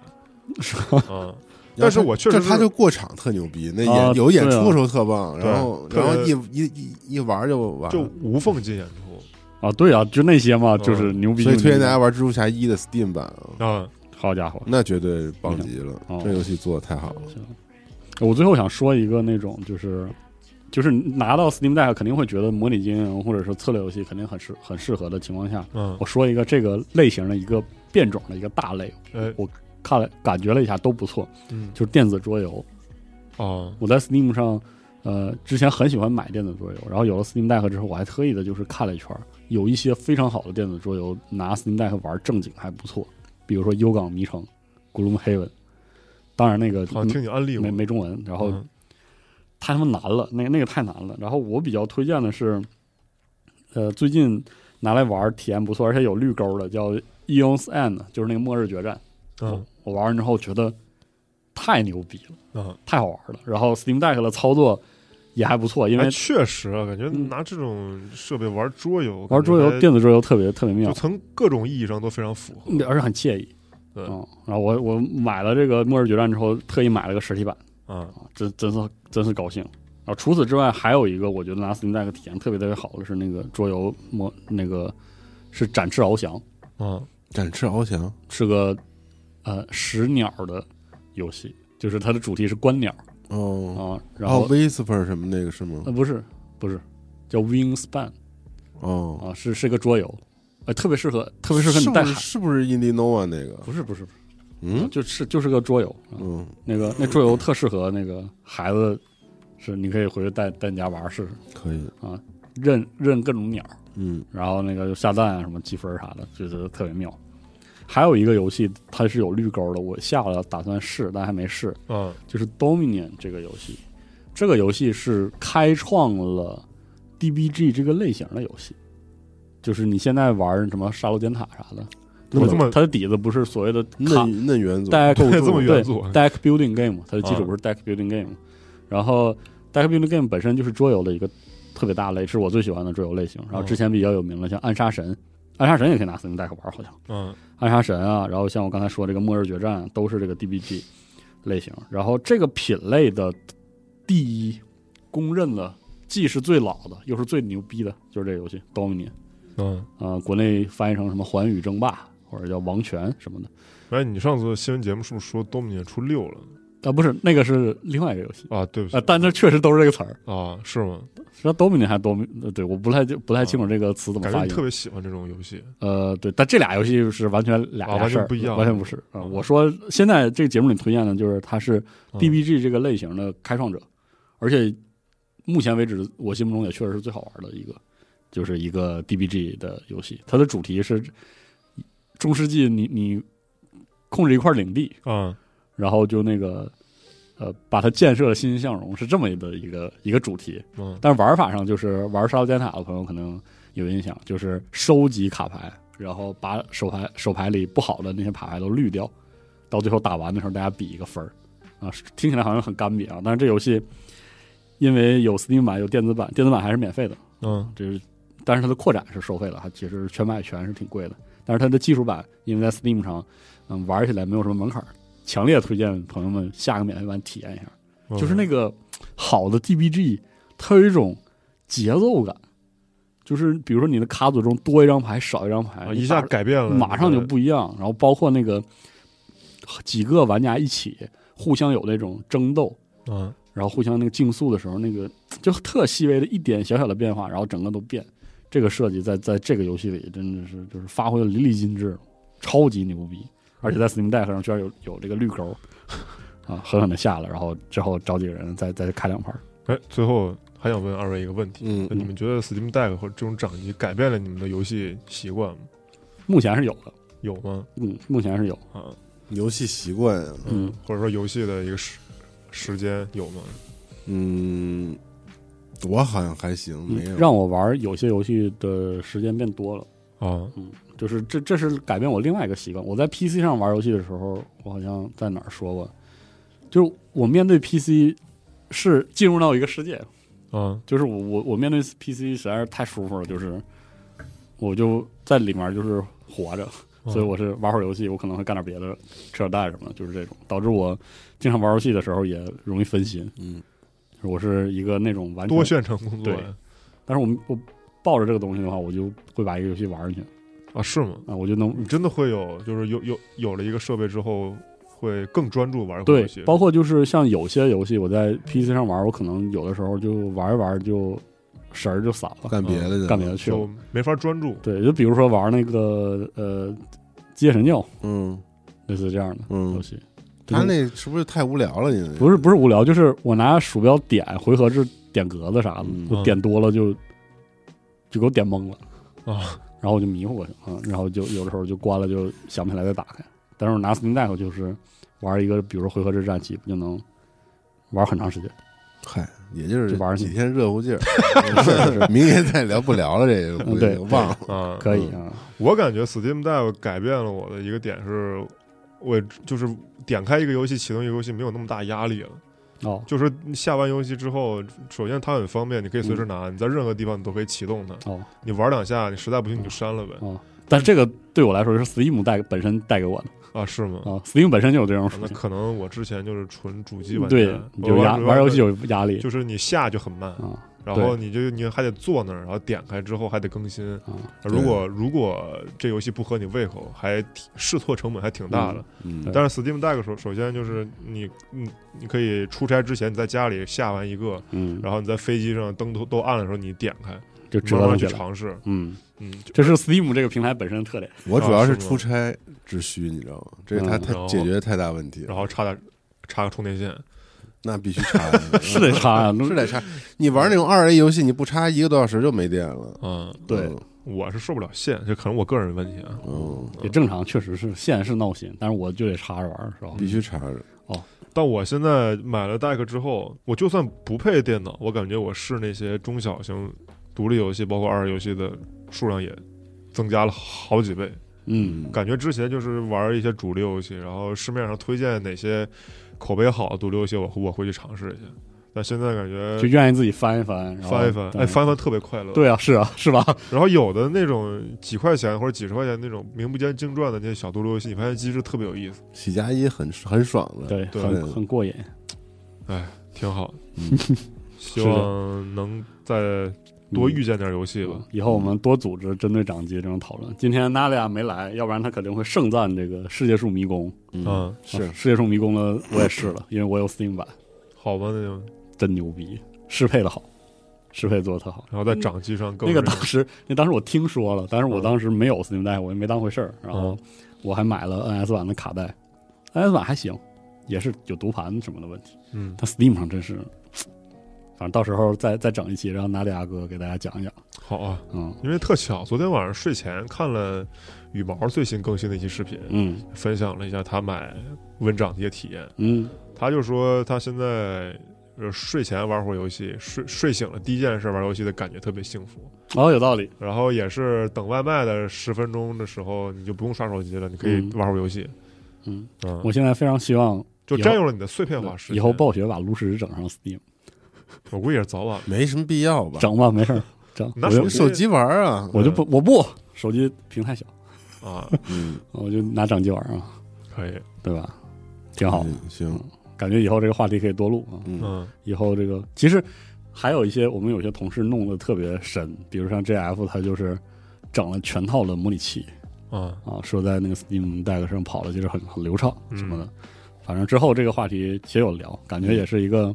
是
嗯，但是我确实
这他
是
就过场特牛逼，那演
啊
有演
对啊
出的时候特棒，
对
然后
特
然
别
后一一一一玩就完
就
了。
无缝进演出
啊，对啊，就那些嘛，
嗯
就是牛逼。
所以推荐
牛逼
大家玩蜘蛛侠一的 Steam 版啊，
啊，
好家伙，
那绝对棒极了
嗯哦，
这游戏做的太好了。
我最后想说一个那种就是。就是拿到 Steam Deck 肯定会觉得模拟经营或者说策略游戏肯定很适很适合的情况下，
嗯，
我说一个这个类型的一个变种的一个大类，
哎，
看了感觉了一下都不错，
嗯，
就是电子桌游。
哦，
我在 Steam 上，呃，之前很喜欢买电子桌游，然后有了 Steam Deck 之后，我还特意的就是看了一圈儿，有一些非常好的电子桌游拿 Steam Deck 玩儿正经还不错，比如说《幽港迷城》《Gloomhaven》，当然那个
好像听你安利过
没，没中文，然后
嗯
太他妈难了，那个那个太难了。然后我比较推荐的是，呃，最近拿来玩儿体验不错，而且有绿钩的，叫《Eons End》，就是那个《末日决战》
嗯
我玩完之后觉得太牛逼了。
嗯，
太好玩了。然后 Steam Deck 的操作也还不错，因为
哎确实啊，感觉
嗯
拿这种设备玩桌游，
玩桌游、
感觉
电子桌游特别特别
还
妙
就，从各种意义上都非常符合，
而且很惬意。
对
嗯，然后我我买了这个《末日决战》之后，特意买了个实体版，
啊，
啊真真是真是高兴。然后除此之外，还有一个我觉得拿 Steam Deck 体验特别特别好的是那个桌游模那个是展翅翱翔，
嗯，
展翅翱翔，
是个呃食鸟的游戏，就是它的主题是观鸟
哦，
啊，然后、
哦 Whisper 什么那个是吗
呃？不是不是叫 Wingspan
哦，
啊，是是一个桌游，呃特别适合特别适合
是
你
不
带
是
孩
是不是 Indinova 那个？
不是不是，啊
嗯
就是就是个桌游，啊
嗯，
那个那桌游特适合那个孩子，是你可以回去带带你家玩儿试试，
可以，
认认各种鸟，
嗯
然后那个就下蛋啊什么积分儿啥的，就觉得特别妙。还有一个游戏它是有绿钩的，我下了打算试，但还没试，
嗯，
就是 Dominion 这个游戏，这个游戏是开创了 DBG 这个类型的游戏。就是你现在玩儿什么杀戮尖塔啥的，
怎么这么
它的底子不是所谓的卡
嫩嫩元祖，
大家构
对
筑
这么
对
元素
deck building game，它的基础
啊
不是 deck building game，、然后 deck building game 本身就是桌游的一个特别大类，是我最喜欢的桌游类型。然后
嗯
之前比较有名的像暗杀神，暗杀神也可以拿 Steam Deck 玩，好像
嗯
暗杀神啊，然后像我刚才说这个末日决战啊都是这个 DBG 类型。然后这个品类的第一公认的，既是最老的，又是最牛逼的，就是这个游戏 Dominion
嗯，
啊、国内翻译成什么环宇争霸或者叫王权什么的。
哎，你上次新闻节目是不是说东尼出六了
啊，不是，那个是另外一个游戏，
啊？对不起
啊，但这确实都是这个词儿。
啊，是吗？
实际上 dominant 还 domin，呃对，我不太不太清楚这个词怎么
啊感觉
发
你
音
特。别喜欢这种游戏，
呃，对，但这俩游戏是完全俩
啊
俩
完
事
全
儿，
不一样
完全不是啊。
嗯
我说现在这个节目里推荐的就是它是
嗯
DBG 这个类型的开创者，而且目前为止我心目中也确实是最好玩的一个，就是一个 DBG 的游戏。它的主题是中世纪你，你控制一块领地，
啊，
然后就那个呃把它建设的欣欣向荣，是这么一个一个一个主题。
嗯
但是玩法上，就是玩沙漏尖塔的朋友可能有印象，就是收集卡牌，然后把手牌手牌里不好的那些卡牌都滤掉，到最后打完的时候大家比一个分儿啊，听起来好像很干瘪啊，但是这游戏因为有 Steam 版有电子版，电子版还是免费的，
嗯
这是但是它的扩展是收费的，它其实全买全是挺贵的，但是它的技术版因为在 Steam 上嗯玩起来没有什么门槛儿，强烈推荐朋友们下个免费版体验一下。
嗯，
就是那个好的 DBG，它有一种节奏感，就是比如说你的卡组中多一张牌少一张牌，
啊
你
一下
打
改变了，
马上就不一样。然后包括那个几个玩家一起互相有那种争斗，
嗯
然后互相那个竞速的时候，那个就特细微的一点小小的变化，然后整个都变。这个设计在在这个游戏里真的是就是发挥的淋漓尽致，超级牛逼。而且在 Steam Deck 上居然有有这个绿钩， 啊，狠狠的下了，然后之后找几个人再再开两盘。
哎，最后还想问二位一个问题：
嗯
那，你们觉得 Steam Deck 或者这种掌机改变了你们的游戏习惯吗？
目前是有的，
有吗？
嗯，目前是有，
啊，
游戏习惯啊，
嗯，
或者说游戏的一个时时间有吗？
嗯，我好像还行，
嗯
没有
让我玩有些游戏的时间变多了。
啊，
就是这，这是改变我另外一个习惯。我在 PC 上玩游戏的时候，我好像在哪儿说过，就是我面对 PC 是进入到一个世界，
啊，
就是我我我面对 PC 实在是太舒服了，就是我就在里面就是活着，
嗯
所以我是玩会儿游戏，我可能会干点别的，吃点蛋什么的，就是这种，导致我经常玩游戏的时候也容易分心。
嗯，
我是一个那种完全
多线程工作
对
呀
但是我我抱着这个东西的话，我就会把一个游戏玩进去
啊，是吗？
啊，我就能
你真的会有，就是有有有了一个设备之后，会更专注玩一会儿
对
游戏，，
包括就是像有些游戏，我在 PC 上玩，我可能有的时候就玩一玩就神儿就散了，
干别的去了
哦干别的去
就
了。
没法专注。
对，就比如说玩那个呃《机械神教》，
嗯
类似这样的游
嗯，
戏。
他
就是
那是不是太无聊了？因为
不是不是无聊，就是我拿鼠标点回合制点格子啥的，
嗯
我点多了就就给我点懵了
哦
啊，
然后我就迷糊过去啊，然后就有的时候就关了，就想不起来再打开。但是我拿 Steam Deck 就是玩一个，比如说回合制战棋，不就能玩很长时间？
嗨，也就是
就玩儿去
几天热乎劲儿， 明天再聊不聊了，这个估计
嗯对
忘了。
啊，
可以啊，
我感觉 Steam Deck 改变了我的一个点是，我就是点开一个游戏，启动一个游戏没有那么大压力了。
哦，
就是下完游戏之后，首先它很方便，你可以
嗯
随时拿，你在任何地方你都可以启动它。
哦
你玩两下，你实在不行你就删了呗。
哦，但是这个对我来说是 Steam 带本身带给我的
啊，是吗？
啊，Steam 本身就有这种
啊
属
那
性，
可能我之前就是纯主机玩家，
对，你就
我
压
玩
玩游戏，有压力
就是你下就很慢，
啊
然后你就你还得坐那儿，然后点开之后还得更新。
啊，
如果如果这游戏不合你胃口，还挺试错成本还挺大的。
嗯
对
但是 Steam Deck 首首先就是你你你可以出差之前你在家里下完一个，
嗯，
然后你在飞机上灯都都暗的时候你点开，
就
你
折
慢
腾
慢
起
去
来，
尝试。
嗯，
嗯，就
这是 Steam 这个平台本身的特点。
我主要是
是吗
出差只需，你知道吗？这他
嗯哦
他
然后
解决太大问题了，
然后插点插个充电线
那必须插呀，
是得插呀，
是得插。你玩那种二 A 游戏，你不插一个多小时就没电了。
啊、嗯，
对，
我是受不了线，这可能我个人问题啊。
嗯，
也正常，确实是线是闹心，但是我就得插着玩儿，是吧？
嗯必须插着。
但我现在买了 Deck 之后，我就算不配电脑，我感觉我试那些中小型独立游戏，包括二人游戏的数量也增加了好几倍。
嗯，
感觉之前就是玩一些主流游戏，然后市面上推荐哪些口碑好的独立游戏，我我会去尝试一下。但现在感
就
觉
愿意自己翻一翻，然后
嗯翻一翻，哎，翻翻特别快
嗯
乐。，
对啊，是啊，是吧？
然后有的那种几块钱或者几十块钱那种名不见经传的那些小独立游戏，你发现机制特别有意思，
喜加一很很爽的，
对，
对
很很过瘾。
挺好的。
嗯
希望能再多遇见点游戏吧
嗯。以后我们多组织针对掌机这种讨论。今天娜利亚没来，要不然她肯定会盛赞这个世界树迷宫。
嗯，
嗯，
是
啊世界树迷宫呢，我也试了，因为我有 Steam 版，
好吧，那就
真牛逼，适配的好，适配做的特好。
然后在掌机上更
那个
是
当时，那当时我听说了，但是我
嗯
当时没有 Steam 带，我也没当回事儿。然后我还买了 NS 版的卡带，NS 版还行，也是有读盘什么的问题。
嗯，
但 Steam 上真是，反正到时候再再整一期，让拿利亚哥给大家讲一讲。
好啊。
嗯
因为特巧，昨天晚上睡前看了羽毛最新更新的一期视频，
嗯
分享了一下他买温掌的一些体验。
嗯
他就说他现在呃睡前玩会儿游戏，睡睡醒了第一件事玩游戏的感觉特别幸福。
哦，有道理。
然后也是等外卖的十分钟的时候，你就不用刷手机了，你可以
嗯
玩会儿游戏。
嗯，
嗯，
我现在非常希望
就
以后
占用了你的碎片化时间。
以后暴雪把炉石整上 Steam，
我估计也是早晚。
没什么必要吧？
整吧，没事儿，整。
拿
我
手
就
用手机玩啊，
我就
嗯
不我不手机屏太小，
啊，
嗯，
我就拿掌机玩儿啊，
可以，
对吧？挺好，
嗯，行，
感觉以后这个话题可以多录啊。
嗯
嗯
以后这个其实还有一些我们有些同事弄得特别深，比如像 JF 他就是整了全套的模拟器
啊，
啊，说在那个 Steam Deck 上跑的就是很很流畅
嗯
什么的。反正之后这个话题也有聊，感觉也是一个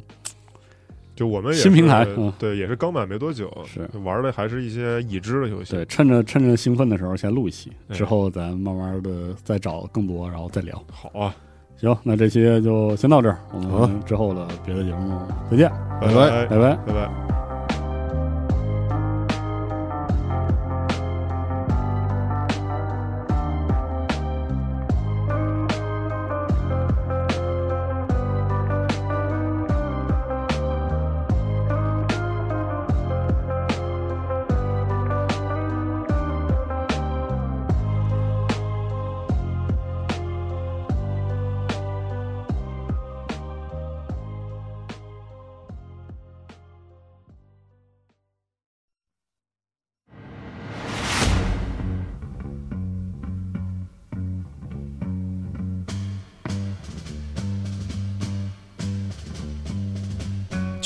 就我们也
新平台
是
嗯
对，也是刚买没多久，
是
玩的还是一些已知的游戏。
对，趁着趁着兴奋的时候先录一期，
对
之后咱慢慢的再找更多，然后再聊。
好啊，
行，那这期就先到这儿，我
好
们之后的别的节目再见，
拜
拜
拜拜。
拜拜。